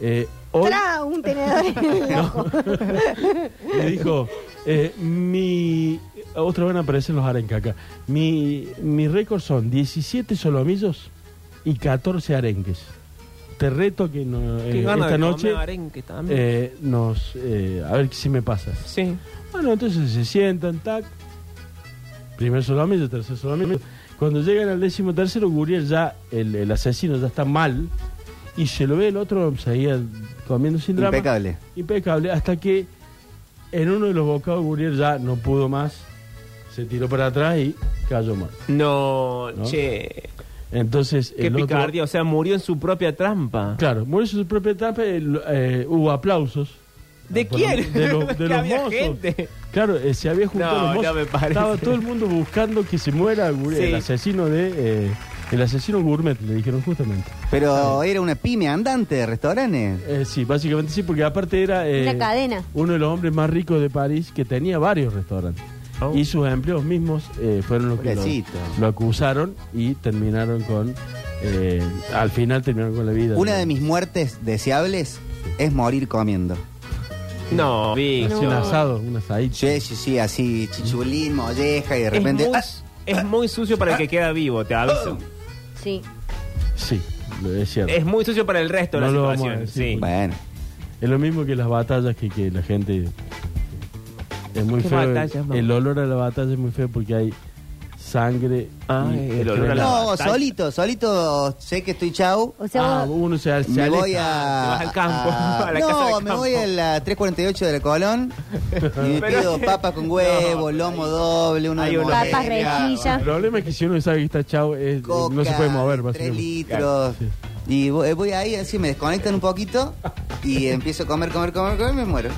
[SPEAKER 3] eh, hoy
[SPEAKER 4] Tra, un tenedor en el ojo.
[SPEAKER 3] le dijo, eh, mi... Otra van a aparecer los arencaca. Mi, mi récord son 17 solomillos y 14 arenques. Te reto que no-
[SPEAKER 2] Qué
[SPEAKER 3] eh,
[SPEAKER 2] ganas
[SPEAKER 3] esta
[SPEAKER 2] de comer
[SPEAKER 3] noche
[SPEAKER 2] arenque también.
[SPEAKER 3] eh, nos... eh, a ver si me pasas.
[SPEAKER 2] sí.
[SPEAKER 3] Bueno, entonces se sientan, tac. Primer solomillo, tercer solomillo. Cuando llegan al décimo tercero, Guriel ya, el, el asesino ya está mal. Y se lo ve el otro, seguía comiendo sin drama.
[SPEAKER 1] Impecable.
[SPEAKER 3] Impecable. Hasta que en uno de los bocados Guriel ya no pudo más. Se tiró para atrás y cayó mal.
[SPEAKER 2] No,
[SPEAKER 3] ¿No?
[SPEAKER 2] che.
[SPEAKER 3] Entonces,
[SPEAKER 2] Qué
[SPEAKER 3] el otro-
[SPEAKER 2] picardía. O sea, murió en su propia trampa.
[SPEAKER 3] Claro, murió su propia etapa. el- eh, hubo aplausos.
[SPEAKER 2] ¿De
[SPEAKER 3] Por-
[SPEAKER 2] quién?
[SPEAKER 3] De, lo- de
[SPEAKER 2] Que
[SPEAKER 3] los
[SPEAKER 2] había
[SPEAKER 3] mozos.
[SPEAKER 2] gente.
[SPEAKER 3] Claro, eh, se había juntado
[SPEAKER 2] No,
[SPEAKER 3] los
[SPEAKER 2] no
[SPEAKER 3] mozos.
[SPEAKER 2] me parece.
[SPEAKER 3] Estaba todo el mundo buscando que se muera Gure-
[SPEAKER 2] Sí.
[SPEAKER 3] el asesino de... eh, el asesino gourmet, le dijeron justamente.
[SPEAKER 1] Pero era una pyme andante de restaurantes.
[SPEAKER 3] Eh, sí, básicamente sí, porque aparte era... eh,
[SPEAKER 4] Una cadena.
[SPEAKER 3] Uno de los hombres más ricos de París que tenía varios restaurantes.
[SPEAKER 2] Oh.
[SPEAKER 3] Y sus empleados mismos eh, fueron los que lo,
[SPEAKER 1] Pobrecito.
[SPEAKER 3] lo acusaron y terminaron con... eh, al final terminaron con la vida.
[SPEAKER 1] Una de mis muertes deseables es morir comiendo.
[SPEAKER 2] No,
[SPEAKER 3] Así,
[SPEAKER 2] Víctor.
[SPEAKER 3] Un asado, un asadito.
[SPEAKER 1] Sí, sí, sí, así, chichulín, molleja y de repente.
[SPEAKER 2] Es muy,
[SPEAKER 1] ¡ah!
[SPEAKER 2] es muy sucio para el que queda vivo, te aviso.
[SPEAKER 3] Oh.
[SPEAKER 4] Sí.
[SPEAKER 3] Sí, lo- es cierto.
[SPEAKER 1] Eh.
[SPEAKER 2] Es muy sucio para el resto de
[SPEAKER 3] No
[SPEAKER 2] la
[SPEAKER 3] lo vamos
[SPEAKER 2] situación.
[SPEAKER 3] a decir, pues.
[SPEAKER 2] sí.
[SPEAKER 3] porque-
[SPEAKER 1] Bueno,
[SPEAKER 3] Es lo mismo que las batallas que, que la gente. Es muy
[SPEAKER 2] ¿Qué
[SPEAKER 3] feo.
[SPEAKER 2] batallas,
[SPEAKER 3] el,
[SPEAKER 2] mamá?
[SPEAKER 3] el olor a la batalla es muy feo porque hay sangre.
[SPEAKER 2] Ah,
[SPEAKER 3] y
[SPEAKER 2] el olor a la-
[SPEAKER 3] excremento.
[SPEAKER 1] No,
[SPEAKER 2] batalla.
[SPEAKER 1] solito, solito sé que estoy chau.
[SPEAKER 4] O sea,
[SPEAKER 3] Ah,
[SPEAKER 4] vos-
[SPEAKER 3] uno se, se
[SPEAKER 1] me
[SPEAKER 3] aleja.
[SPEAKER 1] voy a.
[SPEAKER 2] Te vas al campo, a la
[SPEAKER 1] no,
[SPEAKER 2] casa del
[SPEAKER 1] me
[SPEAKER 2] campo.
[SPEAKER 1] voy a la 348 de la Colón. Y me
[SPEAKER 2] Pero-
[SPEAKER 1] pido papas con huevo,
[SPEAKER 2] No,
[SPEAKER 1] lomo doble, uno
[SPEAKER 2] hay
[SPEAKER 1] de
[SPEAKER 2] uno-
[SPEAKER 1] morel,
[SPEAKER 4] Papas rejillas.
[SPEAKER 3] El problema es que si uno sabe que está chao, es-
[SPEAKER 1] coca,
[SPEAKER 3] no se puede mover.
[SPEAKER 1] Tres
[SPEAKER 3] básicamente.
[SPEAKER 1] litros.
[SPEAKER 3] Sí.
[SPEAKER 1] Y voy, voy ahí, así me desconectan un poquito. Y empiezo a comer, comer, comer, comer y me muero.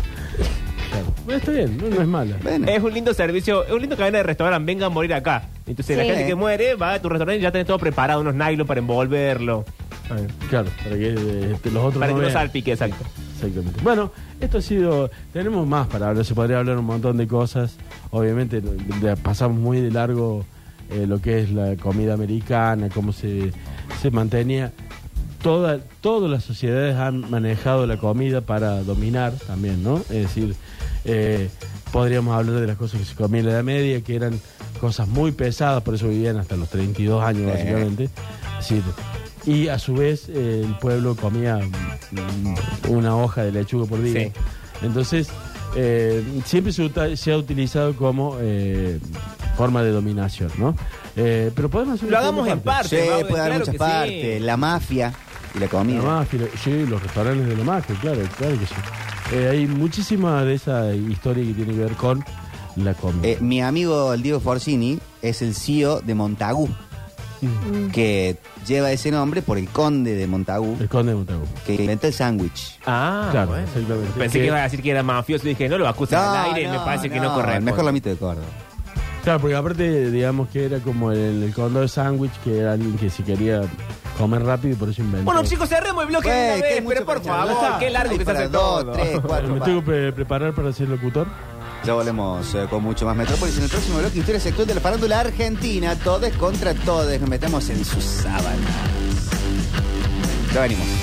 [SPEAKER 3] Bueno, está bien, no, no es mala.
[SPEAKER 1] Bueno.
[SPEAKER 2] Es un lindo servicio, es un lindo cadena de restaurante, venga a morir acá. Entonces la
[SPEAKER 4] Sí.
[SPEAKER 2] gente que muere va a tu restaurante y ya tenés todo preparado, unos nylon para envolverlo.
[SPEAKER 3] Claro, para que eh, este, los otros
[SPEAKER 2] Para que no
[SPEAKER 3] vean.
[SPEAKER 2] salpique, exacto.
[SPEAKER 3] Exactamente. Bueno, esto ha sido. Tenemos más para hablar, se podría hablar un montón de cosas. Obviamente, lo- de- pasamos muy de largo eh, lo que es la comida americana, cómo se, se mantenía. Toda, todas las sociedades han manejado la comida para dominar también, ¿no? Es decir, eh, podríamos hablar de las cosas que se comían en la Edad Media, que eran cosas muy pesadas, por eso vivían hasta los 32 años, básicamente. Es decir, y a su vez eh, el pueblo comía mm, una hoja de lechuga por día.
[SPEAKER 2] Sí.
[SPEAKER 3] Entonces, eh, siempre se, uta- se ha utilizado como eh, forma de dominación, ¿no? Eh, pero podemos hacer
[SPEAKER 2] Lo
[SPEAKER 3] una
[SPEAKER 2] hagamos
[SPEAKER 3] segunda
[SPEAKER 2] en
[SPEAKER 3] parte.
[SPEAKER 2] parte.
[SPEAKER 1] Sí,
[SPEAKER 2] Baudet,
[SPEAKER 1] puede haber
[SPEAKER 2] claro
[SPEAKER 1] muchas
[SPEAKER 2] que
[SPEAKER 1] partes.
[SPEAKER 2] sí.
[SPEAKER 1] La mafia y la comida.
[SPEAKER 3] La mafia, lo- sí, los restaurantes de la mafia, claro, claro que sí. Eh, hay muchísima de esa historia que tiene que ver con la comida.
[SPEAKER 1] Eh, mi amigo el Diego Forcini es el CEO de Montagu,
[SPEAKER 2] Mm.
[SPEAKER 1] que lleva ese nombre por el conde de Montagu,
[SPEAKER 3] el conde de Montagu.
[SPEAKER 1] que inventó el sándwich.
[SPEAKER 2] Ah,
[SPEAKER 3] claro,
[SPEAKER 2] bueno.
[SPEAKER 3] exactamente.
[SPEAKER 2] Pensé que iba a decir que era mafioso y dije, no lo acusan al aire, me parece que no corre.
[SPEAKER 1] El mejor lamito de Córdoba.
[SPEAKER 3] Claro, porque aparte, digamos que era como el, el condor sándwich, que era alguien que se quería comer rápido y por eso inventó.
[SPEAKER 2] Bueno, chicos, cerremos el bloque de
[SPEAKER 1] Güey,
[SPEAKER 2] una
[SPEAKER 1] que hay
[SPEAKER 2] vez,
[SPEAKER 1] mucho
[SPEAKER 2] pero por
[SPEAKER 1] para charlar.
[SPEAKER 2] favor, qué largo
[SPEAKER 1] Hay
[SPEAKER 2] que se
[SPEAKER 1] para
[SPEAKER 2] hace
[SPEAKER 1] dos,
[SPEAKER 2] todo.
[SPEAKER 1] tres, cuatro.
[SPEAKER 3] me
[SPEAKER 1] pa-
[SPEAKER 3] tengo que pre- preparar para ser locutor.
[SPEAKER 1] Ya volvemos eh, con mucho más Metrópolis en el próximo bloque. Historia sexual de la farándula argentina. Todes contra todes. Nos metemos en sus sábanas. Ya venimos.